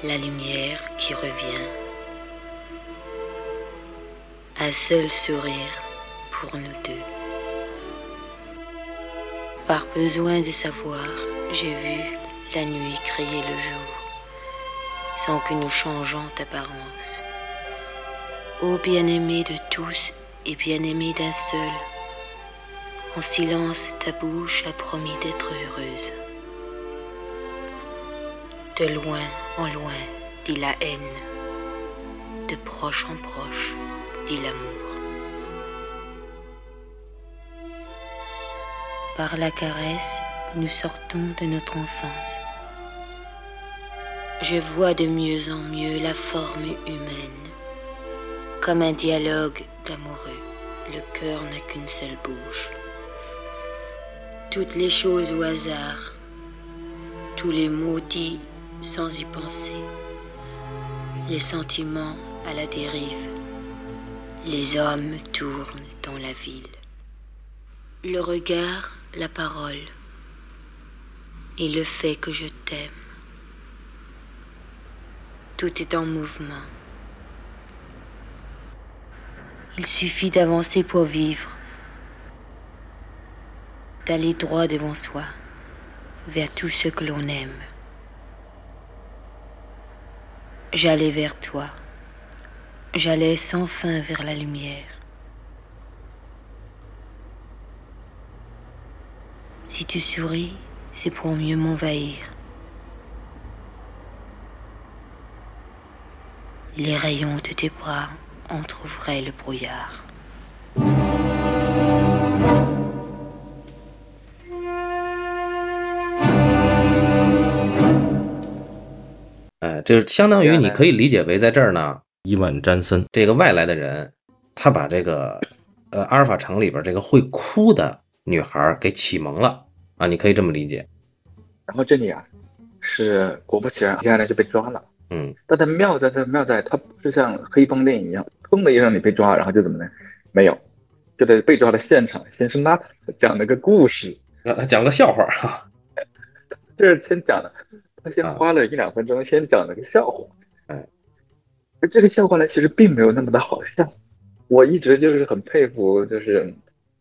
[SPEAKER 4] la lumière qui revient. Un seul sourire pour nous deux. Par besoin de savoir, j'ai vu la nuit créer le jour, sans que nous changeons d'apparence. Ô bien-aimé de tous et bien-aimé d'un seul, en silence ta bouche a promis d'être heureuse. De loin en loin, dit la haine. De proche en proche, dit l'amour. Par la caresse, nous sortons de notre enfance. Je vois de mieux en mieux la forme humaine, comme un dialogue d'amoureux. Le cœur n'a qu'une seule bouche. Toutes les choses au hasard, tous les mots dits sans y penser, les sentiments à la dérive, les hommes tournent dans la ville. Le regard, la parole, et le fait que je t'aime. Tout est en mouvement. Il suffit d'avancer pour vivre, d'aller droit devant soi, vers tout ce que l'on aime. J'allais vers toi. J'allais sans fin vers la lumière. Si tu souris, c'est pour mieux m'envahir. Les rayons de tes bras entr'ouvraient le brouillard.
[SPEAKER 2] 哎，这相当于
[SPEAKER 3] 原
[SPEAKER 2] 你
[SPEAKER 3] 来
[SPEAKER 2] 可以理解为在这儿呢，伊万·詹森这个外来的人，他把这个呃阿尔法城里边这个会哭的女孩儿给启蒙了啊，你可以这么理解。
[SPEAKER 3] 然后这里啊，是果不其然，接下来就被抓了。
[SPEAKER 2] 嗯，
[SPEAKER 3] 但它妙在它妙在它不是像黑帮电影一样，砰的一让你被抓，然后就怎么呢？没有，就在被抓的现场，先是娜塔讲了个故事，
[SPEAKER 2] 让他呃讲个笑话哈、
[SPEAKER 3] 这是先讲的，他先
[SPEAKER 2] 啊
[SPEAKER 3] 花了一两分钟先讲了个笑话，
[SPEAKER 2] 哎，
[SPEAKER 3] 而这个笑话呢，其实并没有那么的好笑。我一直就是很佩服，就是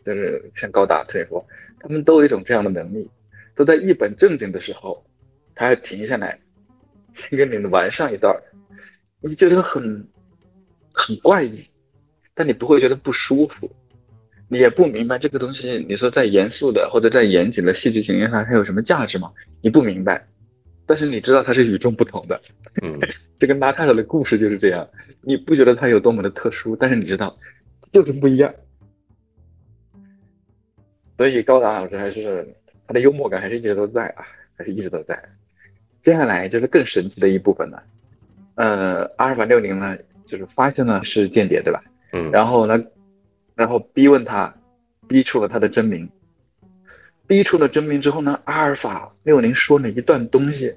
[SPEAKER 3] 就是像高达这一波，他们都有一种这样的能力，都在一本正经的时候，他还停下来，先跟你玩上一段儿，你觉得很很怪异，但你不会觉得不舒服。你也不明白这个东西，你说在严肃的或者在严谨的戏剧情节上，它有什么价值吗？你不明白，但是你知道它是与众不同的。
[SPEAKER 2] 嗯，
[SPEAKER 3] 这个纳塔尔的故事就是这样，你不觉得它有多么的特殊，但是你知道，就是不一样。所以高达老师还是他的幽默感还是一直都在啊，还是一直都在。接下来就是更神奇的一部分了，呃，阿尔法六零呢，就是发现了是间谍，对吧？
[SPEAKER 2] 嗯，
[SPEAKER 3] 然后呢，然后逼问他，逼出了他的真名。逼出了真名之后呢，阿尔法六零说了一段东西，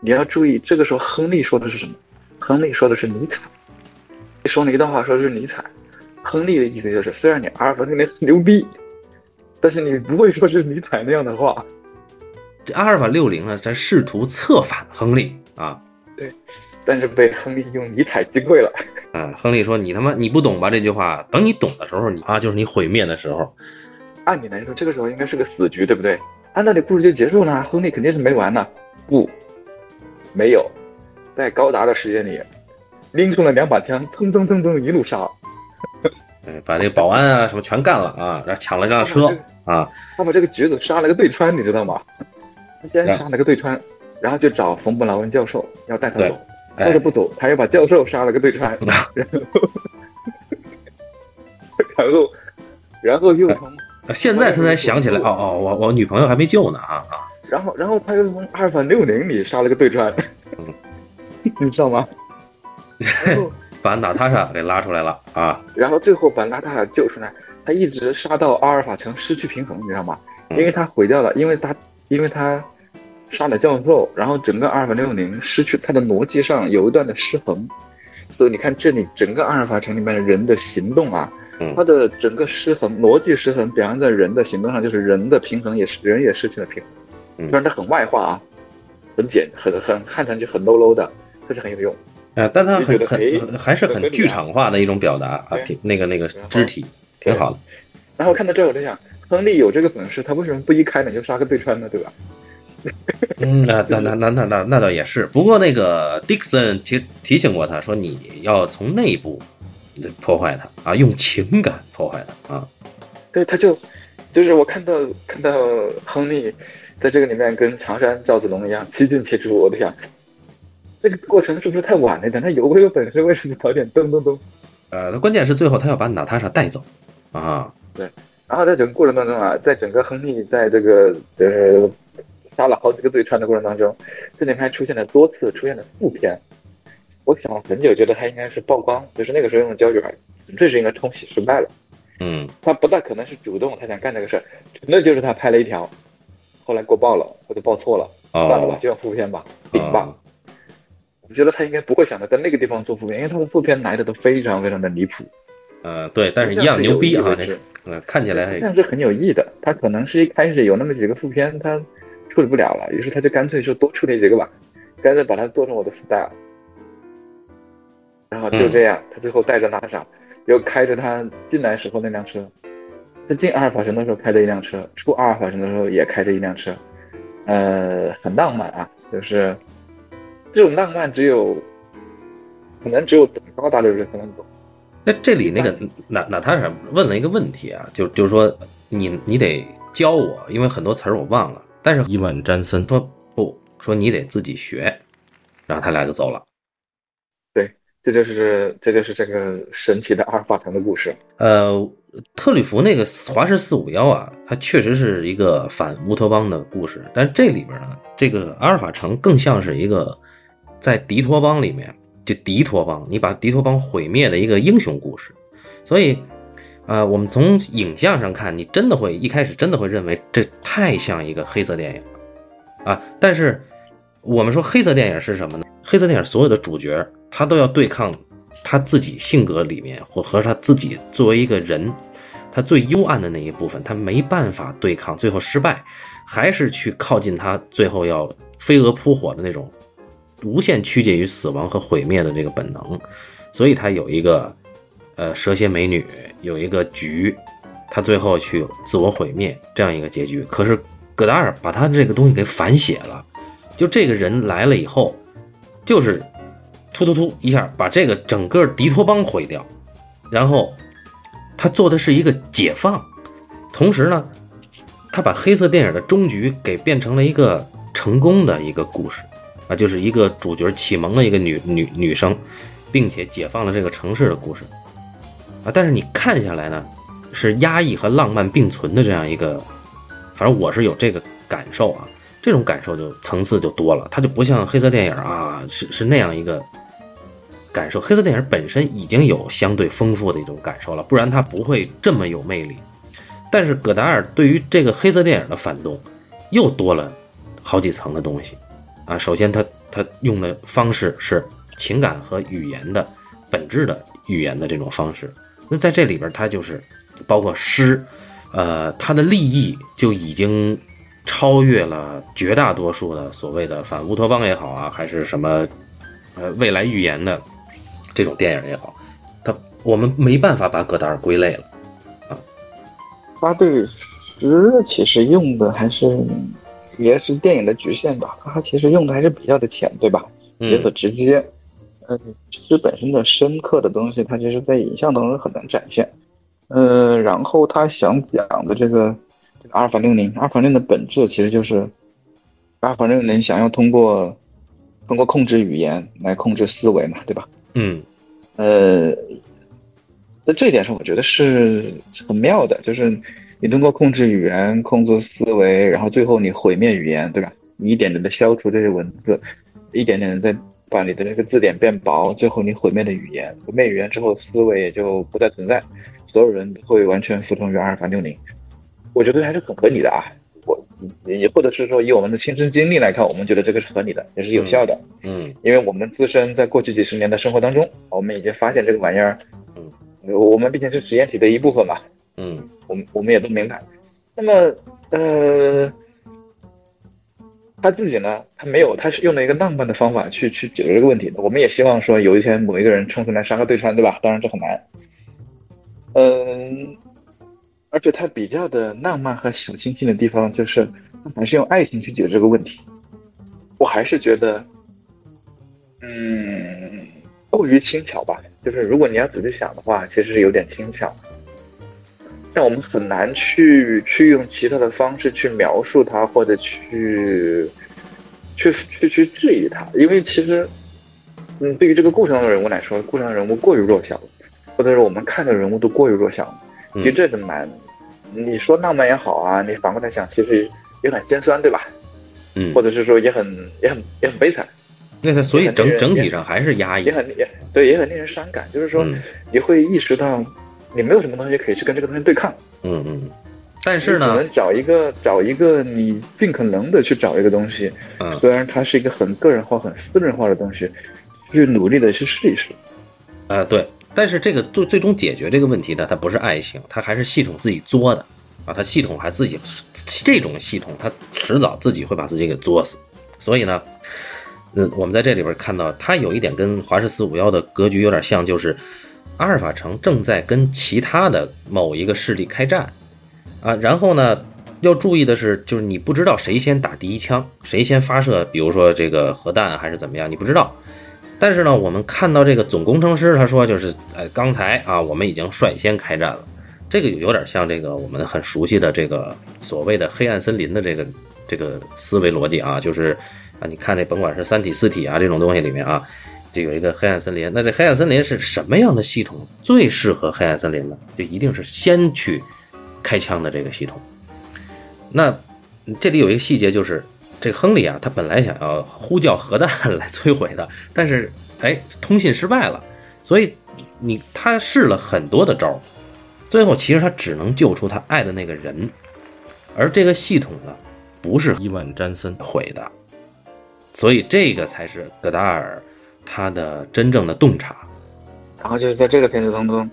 [SPEAKER 3] 你要注意，这个时候亨利说的是什么？亨利说的是尼采，说了一段话，说的是尼采。亨利的意思就是，虽然你阿尔法六零很牛逼，但是你不会说是尼采那样的话。
[SPEAKER 2] 这阿尔法六零呢，在试图策反亨利啊。
[SPEAKER 3] 但是被亨利用尼采击溃了。
[SPEAKER 2] 嗯，亨利说：“你他妈你不懂吧？”这句话，等你懂的时候，你啊，就是你毁灭的时候。
[SPEAKER 3] 按理来说，这个时候应该是个死局，对不对？按道理故事就结束了，亨利肯定是没完呢。不，没有，在高达的时间里，拎出了两把枪，蹭蹭蹭蹭一路杀。
[SPEAKER 2] 哎，把这个保安啊什么全干了啊，然后抢了辆车
[SPEAKER 3] 嗯
[SPEAKER 2] 啊，
[SPEAKER 3] 他把这个橘子杀了个对穿，你知道吗？他先杀了个对穿，然后就找冯布劳恩教授要带他
[SPEAKER 2] 对
[SPEAKER 3] 走，
[SPEAKER 2] 哎
[SPEAKER 3] 但是不走，他又把教授杀了个对
[SPEAKER 2] [LAUGHS]
[SPEAKER 3] 穿， [LAUGHS] 然后，然后，然后又从
[SPEAKER 2] 啊现在他才想起来，哦哦，我我女朋友还没救呢啊啊！
[SPEAKER 3] 然后然后他又从二反六零里杀了个对穿， [LAUGHS] 你知道吗？然后
[SPEAKER 2] 把娜塔莎给拉出来了啊！
[SPEAKER 3] 然后最后把拉塔尔救出来，他一直杀到阿尔法城失去平衡，你知道吗？
[SPEAKER 2] 嗯
[SPEAKER 3] 因为他毁掉了，因为他因为他杀了教授，然后整个阿尔法六零失去它的逻辑上有一段的失衡，所以你看这里整个阿尔法城里面的人的行动啊
[SPEAKER 2] 嗯，
[SPEAKER 3] 它的整个失衡逻辑失衡表现在人的行动上，就是人的平衡也是人也失去了平衡，
[SPEAKER 2] 嗯
[SPEAKER 3] 虽然它很外化啊，很简很很看上去很 low low 的，但是很有用。
[SPEAKER 2] 呃，但他
[SPEAKER 3] 就
[SPEAKER 2] 很
[SPEAKER 3] 觉得
[SPEAKER 2] 很
[SPEAKER 3] 哎
[SPEAKER 2] 很还是
[SPEAKER 3] 这合理
[SPEAKER 2] 很
[SPEAKER 3] 啊
[SPEAKER 2] 剧场化的一种表达啊，
[SPEAKER 3] 对
[SPEAKER 2] 挺那个那个
[SPEAKER 3] 然后
[SPEAKER 2] 肢体挺好的。
[SPEAKER 3] 然后看到这儿我在想，亨利有这个本事，他为什么不一开脸就杀个对穿呢？对吧？
[SPEAKER 2] 嗯，那那那那那那那倒也是。不过那个 Dixon 提提醒过他说，你要从内部破坏他啊，用情感破坏他啊。
[SPEAKER 3] 对，他就就是我看到看到亨利在这个里面跟长山赵子龙一样七进七出，我就想这个过程是不是太晚了一点？他有过这个本事，为什么早点咚咚咚？
[SPEAKER 2] 呃，关键是最后他要把娜塔莎带走啊。
[SPEAKER 3] 然后在整个过程当中啊，在整个亨利在这个呃杀了好几个对穿的过程当中，这里面还出现了多次出现了副片。我想了很久，觉得他应该是曝光，就是那个时候用的胶卷，这是应该冲洗失败了。
[SPEAKER 2] 嗯，
[SPEAKER 3] 他不大可能是主动他想干这个事儿，那就是他拍了一条，后来过曝了或者报错了，算了吧
[SPEAKER 2] 哦，，
[SPEAKER 3] 就用副片吧，顶吧
[SPEAKER 2] 哦。
[SPEAKER 3] 我觉得他应该不会想着在那个地方做副片，因为他的副片来的都非常非常的离谱，
[SPEAKER 2] 呃，对，但是一样牛逼啊，这个呃看起来还
[SPEAKER 3] 但是很有意的。他可能是一开始有那么几个副片，他处理不了了，于是他就干脆就多处理几个吧，干脆把它做成我的 style。然后就这样，他最后带着娜莎，又开着他进来时候那辆车，他进阿尔法城的时候开着一辆车，出阿尔法城的时候也开着一辆车，呃，很浪漫啊，就是这种浪漫只有，可能只有等高达的人才能懂。
[SPEAKER 2] 那这里那个娜娜塔莎问了一个问题啊，就就是说你你得教我，因为很多词儿我忘了。但是伊万詹森说不，说你得自己学，然后他俩就走了。
[SPEAKER 3] 这就是这就是这个神奇的阿尔法城的故事。
[SPEAKER 2] 呃，特里弗那个华氏四五幺啊，它确实是一个反乌托邦的故事，但这里边呢，这个阿尔法城更像是一个在敌托邦里面，就敌托邦，你把敌托邦毁灭的一个英雄故事。所以，呃，我们从影像上看，你真的会一开始真的会认为这太像一个黑色电影了啊。但是我们说黑色电影是什么呢？黑色电影所有的主角他都要对抗他自己性格里面或和他自己作为一个人，他最幽暗的那一部分，他没办法对抗，最后失败，还是去靠近他最后要飞蛾扑火的那种，无限趋近于死亡和毁灭的这个本能，所以他有一个呃蛇蝎美女，有一个局，他最后去自我毁灭这样一个结局。可是戈达尔把他这个东西给反写了，就这个人来了以后，就是突突突一下把这个整个迪托邦毁掉，然后他做的是一个解放，同时呢，他把黑色电影的终局给变成了一个成功的一个故事啊，就是一个主角启蒙了一个女女女生，并且解放了这个城市的故事啊。但是你看下来呢，是压抑和浪漫并存的这样一个，反正我是有这个感受啊。这种感受就层次就多了，它就不像黑色电影啊，是是那样一个感受。黑色电影本身已经有相对丰富的一种感受了，不然它不会这么有魅力。但是戈达尔对于这个黑色电影的反动，又多了好几层的东西啊。首先他，他用的方式是情感和语言的本质的语言的这种方式。那在这里边，他就是包括诗，呃，他的立意就已经超越了绝大多数的所谓的反乌托邦也好啊，还是什么呃未来预言的这种电影也好，它我们没办法把戈达尔归类了。
[SPEAKER 3] 他对诗其实用的还是也是电影的局限吧，他其实用的还是比较的浅，对吧？比较的
[SPEAKER 2] 嗯
[SPEAKER 3] 直接。嗯，诗本身的深刻的东西，它其实在影像当中很难展现。呃，然后他想讲的这个这个阿尔法六零，阿尔法六零的本质其实就是阿尔法六零想要通过通过控制语言来控制思维嘛，对吧？
[SPEAKER 2] 嗯
[SPEAKER 3] 呃，在这一点上，我觉得是很妙的，就是你通过控制语言、控制思维，然后最后你毁灭语言，对吧？你一点点的消除这些文字，一点点的在把你的这个字典变薄，最后你毁灭了语言，毁灭语言之后，思维也就不再存在，所有人会完全服从于阿尔法六零。我觉得还是很合理的啊。我也或者是说，以我们的亲身经历来看，我们觉得这个是合理的，也是有效的，
[SPEAKER 2] 嗯
[SPEAKER 3] 因为我们自身在过去几十年的生活当中，我们已经发现这个玩意儿，
[SPEAKER 2] 嗯
[SPEAKER 3] 呃，我们毕竟是实验体的一部分嘛，
[SPEAKER 2] 嗯
[SPEAKER 3] 我们我们也都明白。那么，呃，他自己呢，他没有，他是用了一个浪漫的方法去去解决这个问题的。我们也希望说，有一天某一个人冲出来杀个对穿，对吧？当然这很难。嗯、而且他比较的浪漫和小清新的地方，就是他还是用爱情去解决这个问题。我还是觉得，嗯，过于轻巧吧。就是如果你要仔细想的话，其实是有点轻巧。但我们很难去去用其他的方式去描述它，或者去去去去质疑它，因为其实，嗯，对于这个故事中的人物来说，故事中的人物过于弱小，或者是我们看的人物都过于弱小，
[SPEAKER 2] 嗯
[SPEAKER 3] 其实这是蛮，你说浪漫也好啊，你反过来想，其实也很尖酸，对吧？
[SPEAKER 2] 嗯
[SPEAKER 3] 或，者是说也很也很也很悲惨，
[SPEAKER 2] 那它所以整
[SPEAKER 3] 也很
[SPEAKER 2] 整体上还是压抑
[SPEAKER 3] 也，很也对，也很令人伤感，就是说
[SPEAKER 2] 嗯
[SPEAKER 3] 你会意识到你没有什么东西可以去跟这个东西对抗。
[SPEAKER 2] 嗯嗯，但是
[SPEAKER 3] 你
[SPEAKER 2] 呢
[SPEAKER 3] 只，能找一个找一个你尽可能的去找一个东西，
[SPEAKER 2] 嗯
[SPEAKER 3] 虽然它是一个很个人化、很私人化的东西，去努力的去试一试。
[SPEAKER 2] 啊，对，但是这个最最终解决这个问题呢，它不是爱情，它还是系统自己作的啊，它系统还自己这种系统，它迟早自己会把自己给作死。所以呢，嗯，我们在这里边看到，它有一点跟华氏四五幺的格局有点像，就是阿尔法城正在跟其他的某一个势力开战啊，然后呢。要注意的是，就是你不知道谁先打第一枪，谁先发射，比如说这个核弹啊还是怎么样，你不知道。但是呢，我们看到这个总工程师他说就是，呃，刚才啊，我们已经率先开战了。这个有点像这个我们很熟悉的这个所谓的黑暗森林的这个这个思维逻辑啊， [LAUGHS] 就是啊，你看这甭管是三体四体啊这种东西里面啊，就有一个黑暗森林。那这黑暗森林是什么样的系统最适合黑暗森林呢？就一定是先去开枪的这个系统。那这里有一个细节，就是这个亨利啊，他本来想要呼叫核弹来摧毁的， [LAUGHS] 但是哎，通信失败了，所以你他试了很多的招儿，最后其实他只能救出他爱的那个人，而这个系统呢，不是伊万詹森毁的，所以这个才是戈达尔他的真正的洞察。
[SPEAKER 3] 然后就是在这个片子当中，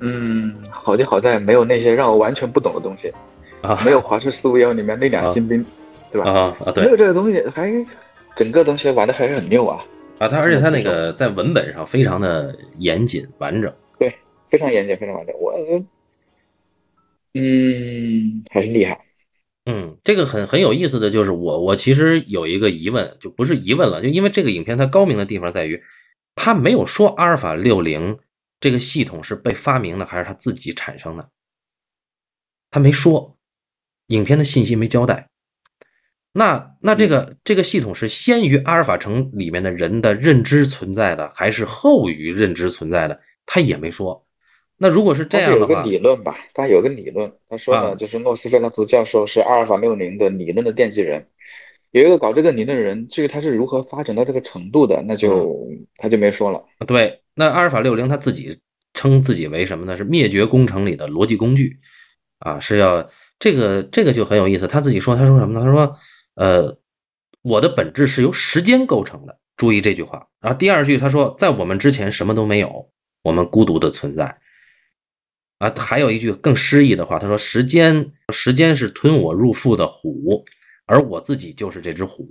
[SPEAKER 3] 嗯，好就好在没有那些让我完全不懂的东西，
[SPEAKER 2] 啊
[SPEAKER 3] 没有《华氏四五幺》里面那俩新兵，对吧？
[SPEAKER 2] 啊啊，
[SPEAKER 3] 没
[SPEAKER 2] 对
[SPEAKER 3] 有这个东西，还整个东西玩的还是很溜啊，
[SPEAKER 2] 啊，他而且他那个在文本上非常的严谨完整。
[SPEAKER 3] 非常严谨，非常完整。我，嗯，还是厉害。
[SPEAKER 2] 嗯，这个很很有意思的就是我我其实有一个疑问，就不是疑问了，就因为这个影片它高明的地方在于，它没有说阿尔法六零这个系统是被发明的还是它自己产生的，它没说，影片的信息没交代。那那这
[SPEAKER 3] 嗯
[SPEAKER 2] 个这个系统是先于阿尔法城里面的人的认知存在的，还是后于认知存在的？它也没说。那如果是这
[SPEAKER 3] 它是
[SPEAKER 2] 样
[SPEAKER 3] 有
[SPEAKER 2] 的
[SPEAKER 3] 个
[SPEAKER 2] 话，
[SPEAKER 3] 理论吧，他有个理论，他说呢，
[SPEAKER 2] 啊
[SPEAKER 3] 就是诺斯菲拉图教授是阿尔法六零的理论的奠基人，有一个搞这个理论的人，至于他是如何发展到这个程度的，那就
[SPEAKER 2] 嗯
[SPEAKER 3] 他就没说了。
[SPEAKER 2] 啊对，那阿尔法六零它自己称自己为什么呢？是灭绝工程里的逻辑工具啊，是要这个这个就很有意思。他自己说，他说什么呢？他说，呃，我的本质是由时间构成的。注意这句话。然后第二句他说，在我们之前什么都没有，我们孤独的存在。啊，还有一句更诗意的话，他说：“时间，时间是吞我入腹的虎，而我自己就是这只虎。”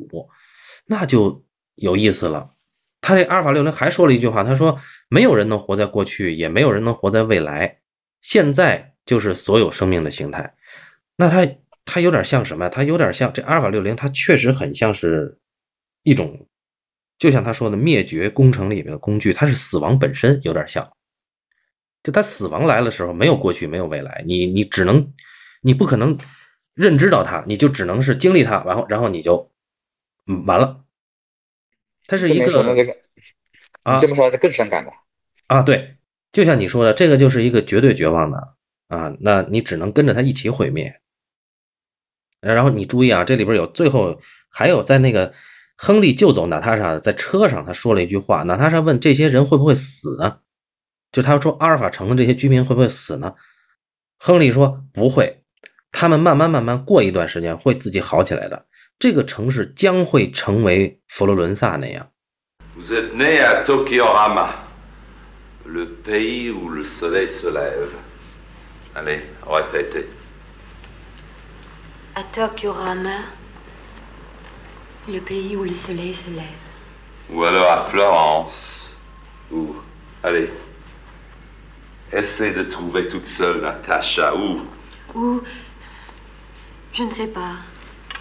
[SPEAKER 2] 那就有意思了。他这阿尔法六零还说了一句话，他说：“没有人能活在过去，也没有人能活在未来，现在就是所有生命的形态。”那它它有点像什么呀？它有点像这阿尔法六零，它确实很像是一种，就像他说的灭绝工程里面的工具，它是死亡本身，有点像。就他死亡来的时候，没有过去，没有未来，你你只能，你不可能认知到它，你就只能是经历它，然后然后你就嗯完了。它是
[SPEAKER 3] 这
[SPEAKER 2] 一
[SPEAKER 3] 没
[SPEAKER 2] 个
[SPEAKER 3] 说那这个
[SPEAKER 2] 啊
[SPEAKER 3] 这么说就更伤感了。
[SPEAKER 2] 啊，对，就像你说的，这个就是一个绝对绝望的啊，那你只能跟着他一起毁灭。然后你注意啊，这里边有最后还有在那个亨利救走娜塔莎的在车上，他说了一句话，娜塔莎问这些人会不会死啊？就他说阿尔法城的这些居民会不会死呢？亨利说不会，他们慢慢慢慢过一段时间会自己好起来的。这个城市将会成为佛罗伦萨那样。
[SPEAKER 5] Vous êtes né à Tokyohama, le pays où le soleil se lève. Allez, répétez.
[SPEAKER 4] À Tokyorama, le pays où le soleil se lève.
[SPEAKER 5] Ou alors à Florence. Ou. Allez. Essaie de trouver toute seule Natacha. Où
[SPEAKER 4] Ou. Je ne sais pas.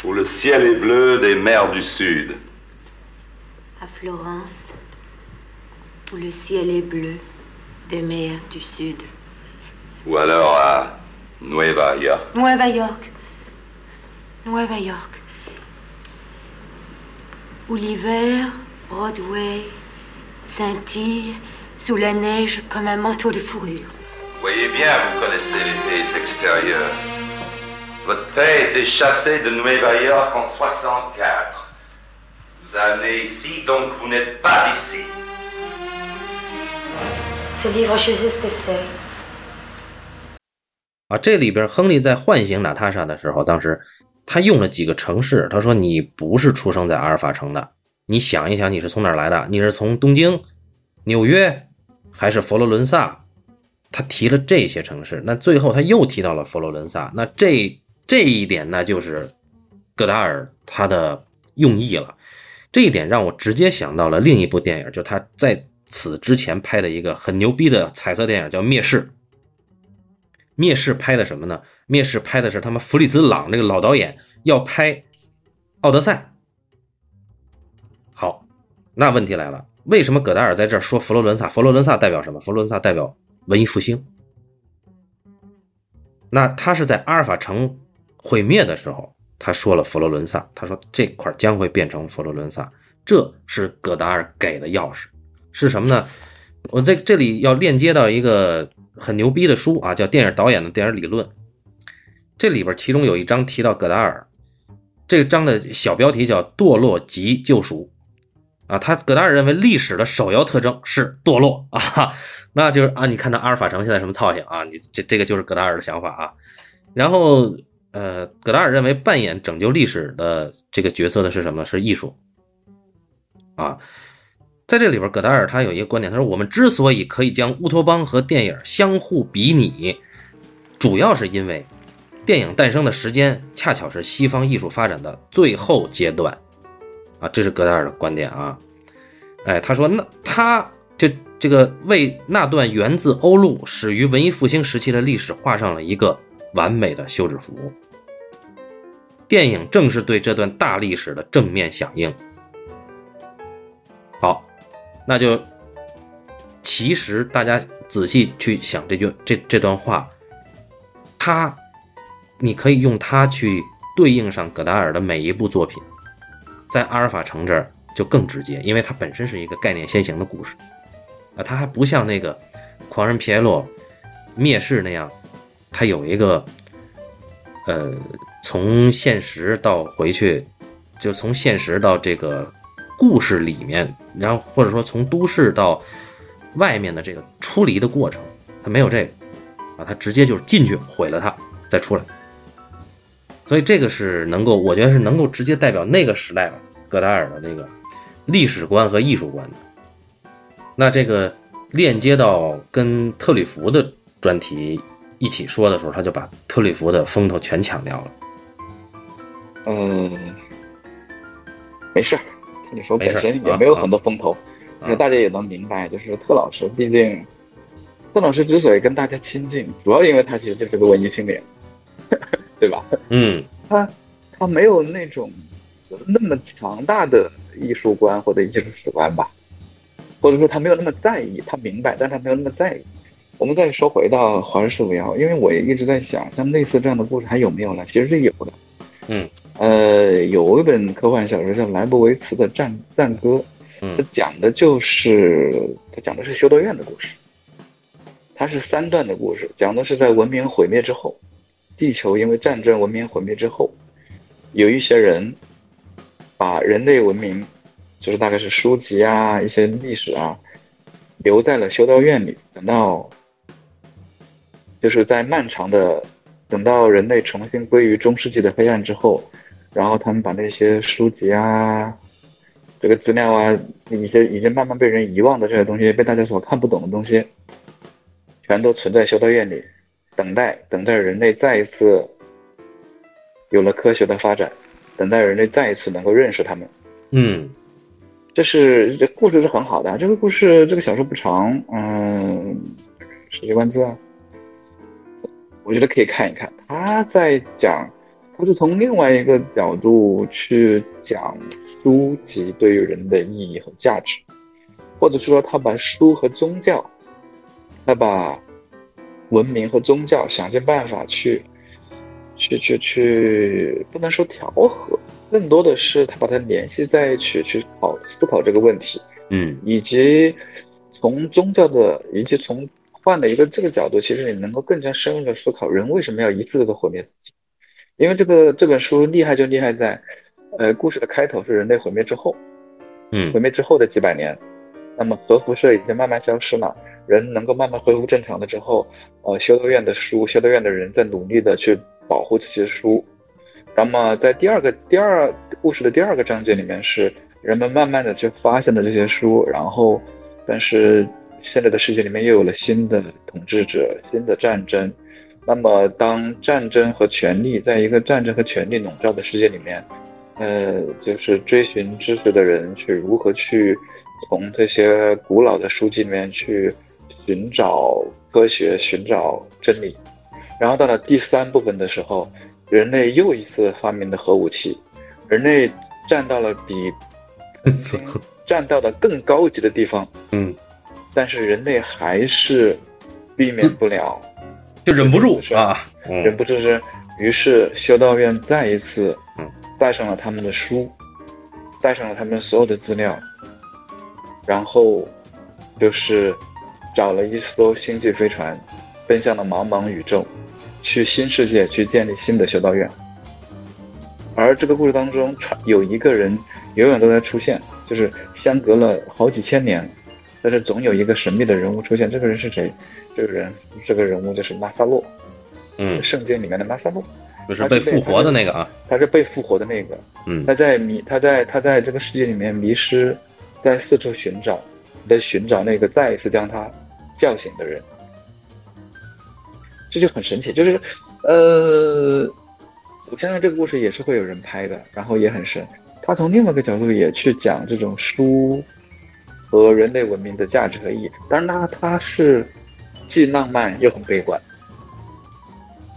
[SPEAKER 5] Où le ciel est bleu des mers du Sud.
[SPEAKER 4] À Florence, où le ciel est bleu des mers du sud.
[SPEAKER 5] Ou alors à Nueva York.
[SPEAKER 4] Nueva York. Nueva York. Où l'hiver, Broadway scintille sous la neige comme un manteau de fourrure.
[SPEAKER 5] Voyez bien, vous connaissez les pays extérieurs. Votre paix était chassée de Nueva York en 64. Vous amenez ici, donc vous n'êtes pas d'ici.
[SPEAKER 4] Ce livre, je sais ce que c'est.
[SPEAKER 2] 啊，这里边亨利在唤醒娜塔莎的时候，当时他用了几个城市，他说：“你不是出生在阿尔法城的，你想一想，你是从哪儿来的？你是从东京、纽约，还是佛罗伦萨？”他提了这些城市，那最后他又提到了佛罗伦萨，那这这一点那就是戈达尔他的用意了。这一点让我直接想到了另一部电影，就他在此之前拍的一个很牛逼的彩色电影，叫《灭世》。灭世拍的什么呢？灭世拍的是他们弗里斯朗这个老导演要拍《奥德赛》。好，那问题来了，为什么戈达尔在这儿说佛罗伦萨？佛罗伦萨代表什么？佛罗伦萨代表文艺复兴。那他是在阿尔法城毁灭的时候，他说了佛罗伦萨，他说这块儿将会变成佛罗伦萨，这是戈达尔给的钥匙，是什么呢？我在这里要链接到一个很牛逼的书啊，叫《电影导演的电影理论》。这里边其中有一章提到戈达尔，这个章的小标题叫“堕落及救赎”。啊，他戈达尔认为历史的首要特征是堕落啊，那就是啊，你看到阿尔法城现在什么操性啊，你这这个就是戈达尔的想法啊。然后呃，戈达尔认为扮演拯救历史的这个角色的是什么呢？是艺术啊。在这里边，戈达尔他有一个观点，他说我们之所以可以将乌托邦和电影相互比拟，主要是因为电影诞生的时间恰巧是西方艺术发展的最后阶段，啊，这是戈达尔的观点啊。哎，他说那他这这个为那段源自欧陆始于文艺复兴时期的历史画上了一个完美的休止符。电影正是对这段大历史的正面响应。好，那就其实大家仔细去想这句这这段话，它你可以用它去对应上戈达尔的每一部作品，在阿尔法城这儿就更直接，因为它本身是一个概念先行的故事啊，它还不像那个狂人皮埃洛、灭世那样，它有一个呃从现实到回去，就从现实到这个故事里面，然后或者说从都市到外面的这个出离的过程，它没有这个啊，它直接就是进去毁了它，再出来。所以这个是能够，我觉得是能够直接代表那个时代吧，戈达尔的那个历史观和艺术观的。那这个链接到跟特吕弗的专题一起说的时候，他就把特吕弗的风头全抢掉了。
[SPEAKER 3] 嗯，没事儿，特里弗
[SPEAKER 2] 没事
[SPEAKER 3] 本
[SPEAKER 2] 儿
[SPEAKER 3] 身
[SPEAKER 2] 啊
[SPEAKER 3] 也没有
[SPEAKER 2] 啊
[SPEAKER 3] 很多风头，
[SPEAKER 2] 啊
[SPEAKER 3] 那大家也能明白，就是特老师，毕竟特老师之所以跟大家亲近，主要因为他其实就是个文艺青年， [LAUGHS] 对吧？
[SPEAKER 2] 嗯，
[SPEAKER 3] 他他没有那种那么强大的艺术观或者艺术史观吧，或者说他没有那么在意，他明白，但他没有那么在意。我们再说回到《华氏四五幺》，因为我也一直在想，像类似这样的故事还有没有了？其实是有的。
[SPEAKER 2] 嗯，
[SPEAKER 3] 呃，有一本科幻小说叫莱博维茨的《战战歌》，
[SPEAKER 2] 嗯
[SPEAKER 3] 它讲的就是它讲的是修道院的故事。它它是三段的故事，讲的是在文明毁灭之后，地球因为战争文明毁灭之后，有一些人把人类文明，就是大概是书籍啊、一些历史啊，留在了修道院里，等到就是在漫长的等到人类重新归于中世纪的黑暗之后，然后他们把那些书籍啊、这个资料啊，一些已经慢慢被人遗忘的这些东西，被大家所看不懂的东西，全都存在修道院里，等待等待人类再一次有了科学的发展，等待人类再一次能够认识他们。
[SPEAKER 2] 嗯
[SPEAKER 3] 这是这故事是很好的，啊这个故事这个小说不长，嗯，十几万字啊，我觉得可以看一看。他在讲，他是从另外一个角度去讲书籍对于人的意义和价值，或者说他把书和宗教，他把文明和宗教想尽办法去，去去去，不能说调和，更多的是他把它联系在一起去考思考这个问题，
[SPEAKER 2] 嗯
[SPEAKER 3] 以及从宗教的，以及从换了一个这个角度，其实你能够更加深入的思考人为什么要一次的毁灭自己。因为这个这本书厉害就厉害在，呃，故事的开头是人类毁灭之后，
[SPEAKER 2] 嗯
[SPEAKER 3] 毁灭之后的几百年，那么核辐射已经慢慢消失了，人能够慢慢恢复正常了之后，呃，修道院的书，修道院的人在努力的去保护这些书。那么在第二个第二故事的第二个章节里面是人们慢慢的去发现了这些书，然后但是现在的世界里面又有了新的统治者，新的战争。那么当战争和权力在一个战争和权力笼罩的世界里面，呃，就是追寻知识的人去如何去从这些古老的书籍里面去寻找科学、寻找真理。然后到了第三部分的时候，人类又一次发明了核武器，人类站到了比 [LAUGHS] 站到了更高级的地方，
[SPEAKER 2] 嗯，
[SPEAKER 3] 但是人类还是避免不了
[SPEAKER 2] 就忍不住啊，
[SPEAKER 3] 人
[SPEAKER 2] 嗯
[SPEAKER 3] 不知之。于是修道院再一次
[SPEAKER 2] 嗯
[SPEAKER 3] 带上了他们的书，带上了他们所有的资料，然后就是找了一艘星际飞船，奔向了茫茫宇宙，去新世界去建立新的修道院。而这个故事当中，传有一个人永远都在出现，就是相隔了好几千年，但是总有一个神秘的人物出现。这个人是谁？这个人，这个人物就是拉萨洛。
[SPEAKER 2] 嗯，
[SPEAKER 3] 圣经里面的拉萨路，
[SPEAKER 2] 就是被复活的那个啊，
[SPEAKER 3] 他是被复活的那个，
[SPEAKER 2] 嗯
[SPEAKER 3] 他在迷，他在他在这个世界里面迷失，在四处寻找，在寻找那个再一次将他叫醒的人，这就很神奇，就是，呃，我相信这个故事也是会有人拍的，然后也很神，他从另外一个角度也去讲这种书和人类文明的价值和意义，当然啦，他是既浪漫又很悲观。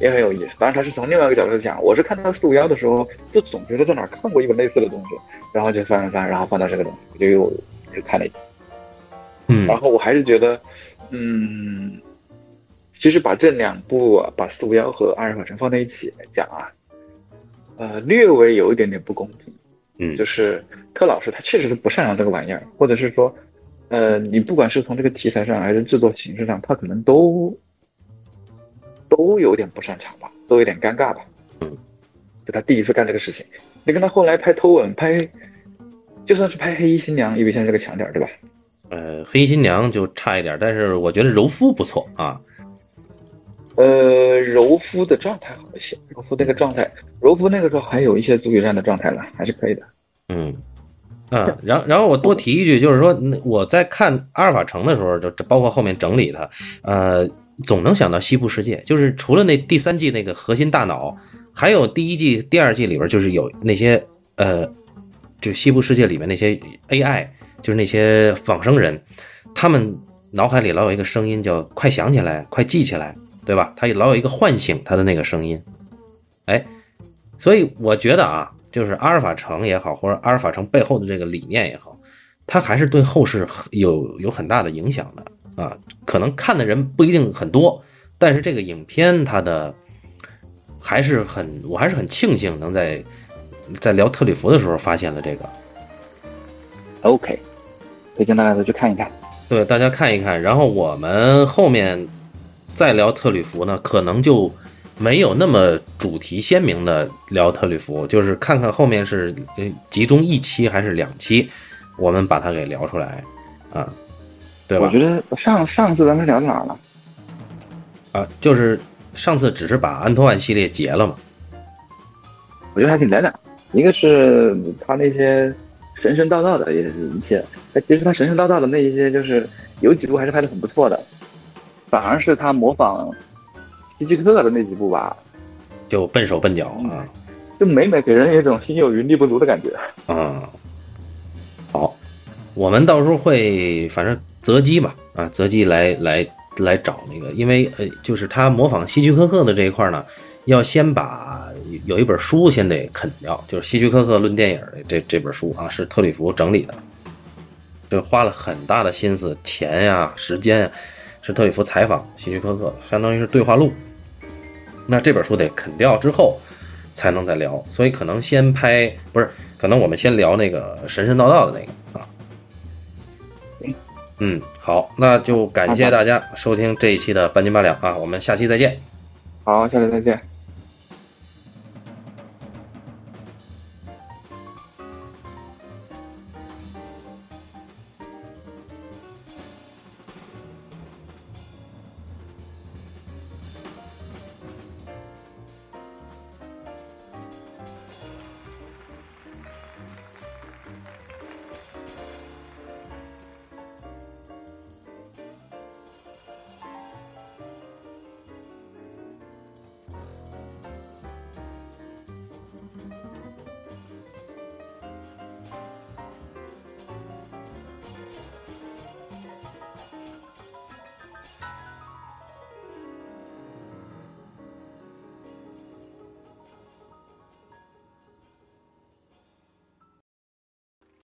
[SPEAKER 3] 也很有意思。当然，他是从另外一个角度讲，我是看到四五幺的时候，就总觉得在哪儿看过一本类似的东西，然后就翻了翻，然后翻到这个东西，我就又又看了一遍。
[SPEAKER 2] 嗯
[SPEAKER 3] 然后我还是觉得，嗯，其实把这两部、啊、把四五幺和二十法城放在一起来讲啊，呃，略微有一点点不公平。
[SPEAKER 2] 嗯
[SPEAKER 3] 就是特老师他确实是不擅长这个玩意儿，或者是说，呃，你不管是从这个题材上还是制作形式上，他可能都都有点不擅长吧，都有点尴尬吧。
[SPEAKER 2] 嗯，
[SPEAKER 3] 就他第一次干这个事情，你跟他后来拍《偷吻》拍，就算是拍《黑衣新娘》，也比现在这个强点儿，对吧？
[SPEAKER 2] 呃，黑新娘就差一点，但是我觉得柔肤不错啊，
[SPEAKER 3] 呃，柔肤的状态好一些，柔肤那个状态，柔肤那个时候还有一些足球站的状态了，还是可以的。
[SPEAKER 2] 嗯。嗯，然后然后我多提一句，就是说嗯我在看《阿尔法城》的时候，就包括后面整理它，呃，总能想到西部世界，就是除了那第三季那个核心大脑，还有第一季、第二季里边就是有那些呃，就西部世界里面那些 AI，就是那些仿生人，他们脑海里老有一个声音叫“快想起来，快记起来”，对吧？他老有一个唤醒他的那个声音，哎，所以我觉得啊，就是阿尔法城也好，或者阿尔法城背后的这个理念也好，它还是对后世很有有很大的影响的啊。可能看的人不一定很多，但是这个影片它的还是很，我还是很庆幸能在在聊特吕弗的时候发现了这个。
[SPEAKER 3] OK，推荐大家都去看一看。
[SPEAKER 2] 呃对，大家看一看。然后我们后面再聊特吕弗呢，可能就没有那么主题鲜明的聊特吕弗，就是看看后面是呃集中一期还是两期，我们把它给聊出来啊，对
[SPEAKER 3] 我
[SPEAKER 2] 吧
[SPEAKER 3] 觉？得上上次咱们聊哪儿了？
[SPEAKER 2] 啊，就是上次只是把安托万系列结了嘛，
[SPEAKER 3] 我觉得还可以聊聊。一个是他那些神神道道的也是一些，哎，其实他神神道道的那一些，就是有几部还是拍的很不错的，反而是他模仿希区柯克的那几部吧，
[SPEAKER 2] 就笨手笨脚啊。
[SPEAKER 3] 就每每给人一种心有余力不足的感觉。
[SPEAKER 2] 嗯，好，我们到时候会反正择机吧，啊，择机来来来找那个，因为呃，就是他模仿希区柯克的这一块呢，要先把有一本书先得啃掉，就是希区柯克论电影的这这本书啊，是特里弗整理的，这啊花了很大的心思、钱呀、时间呀，是特里弗采访希区柯克，相当于是对话录。那这本书得啃掉之后，才能再聊。所以可能先拍不是，可能我们先聊那个神神道道的那个啊。嗯，好，那就感谢大家收听这一期的半斤八两啊，我们下期再见。
[SPEAKER 3] 好，下次再见。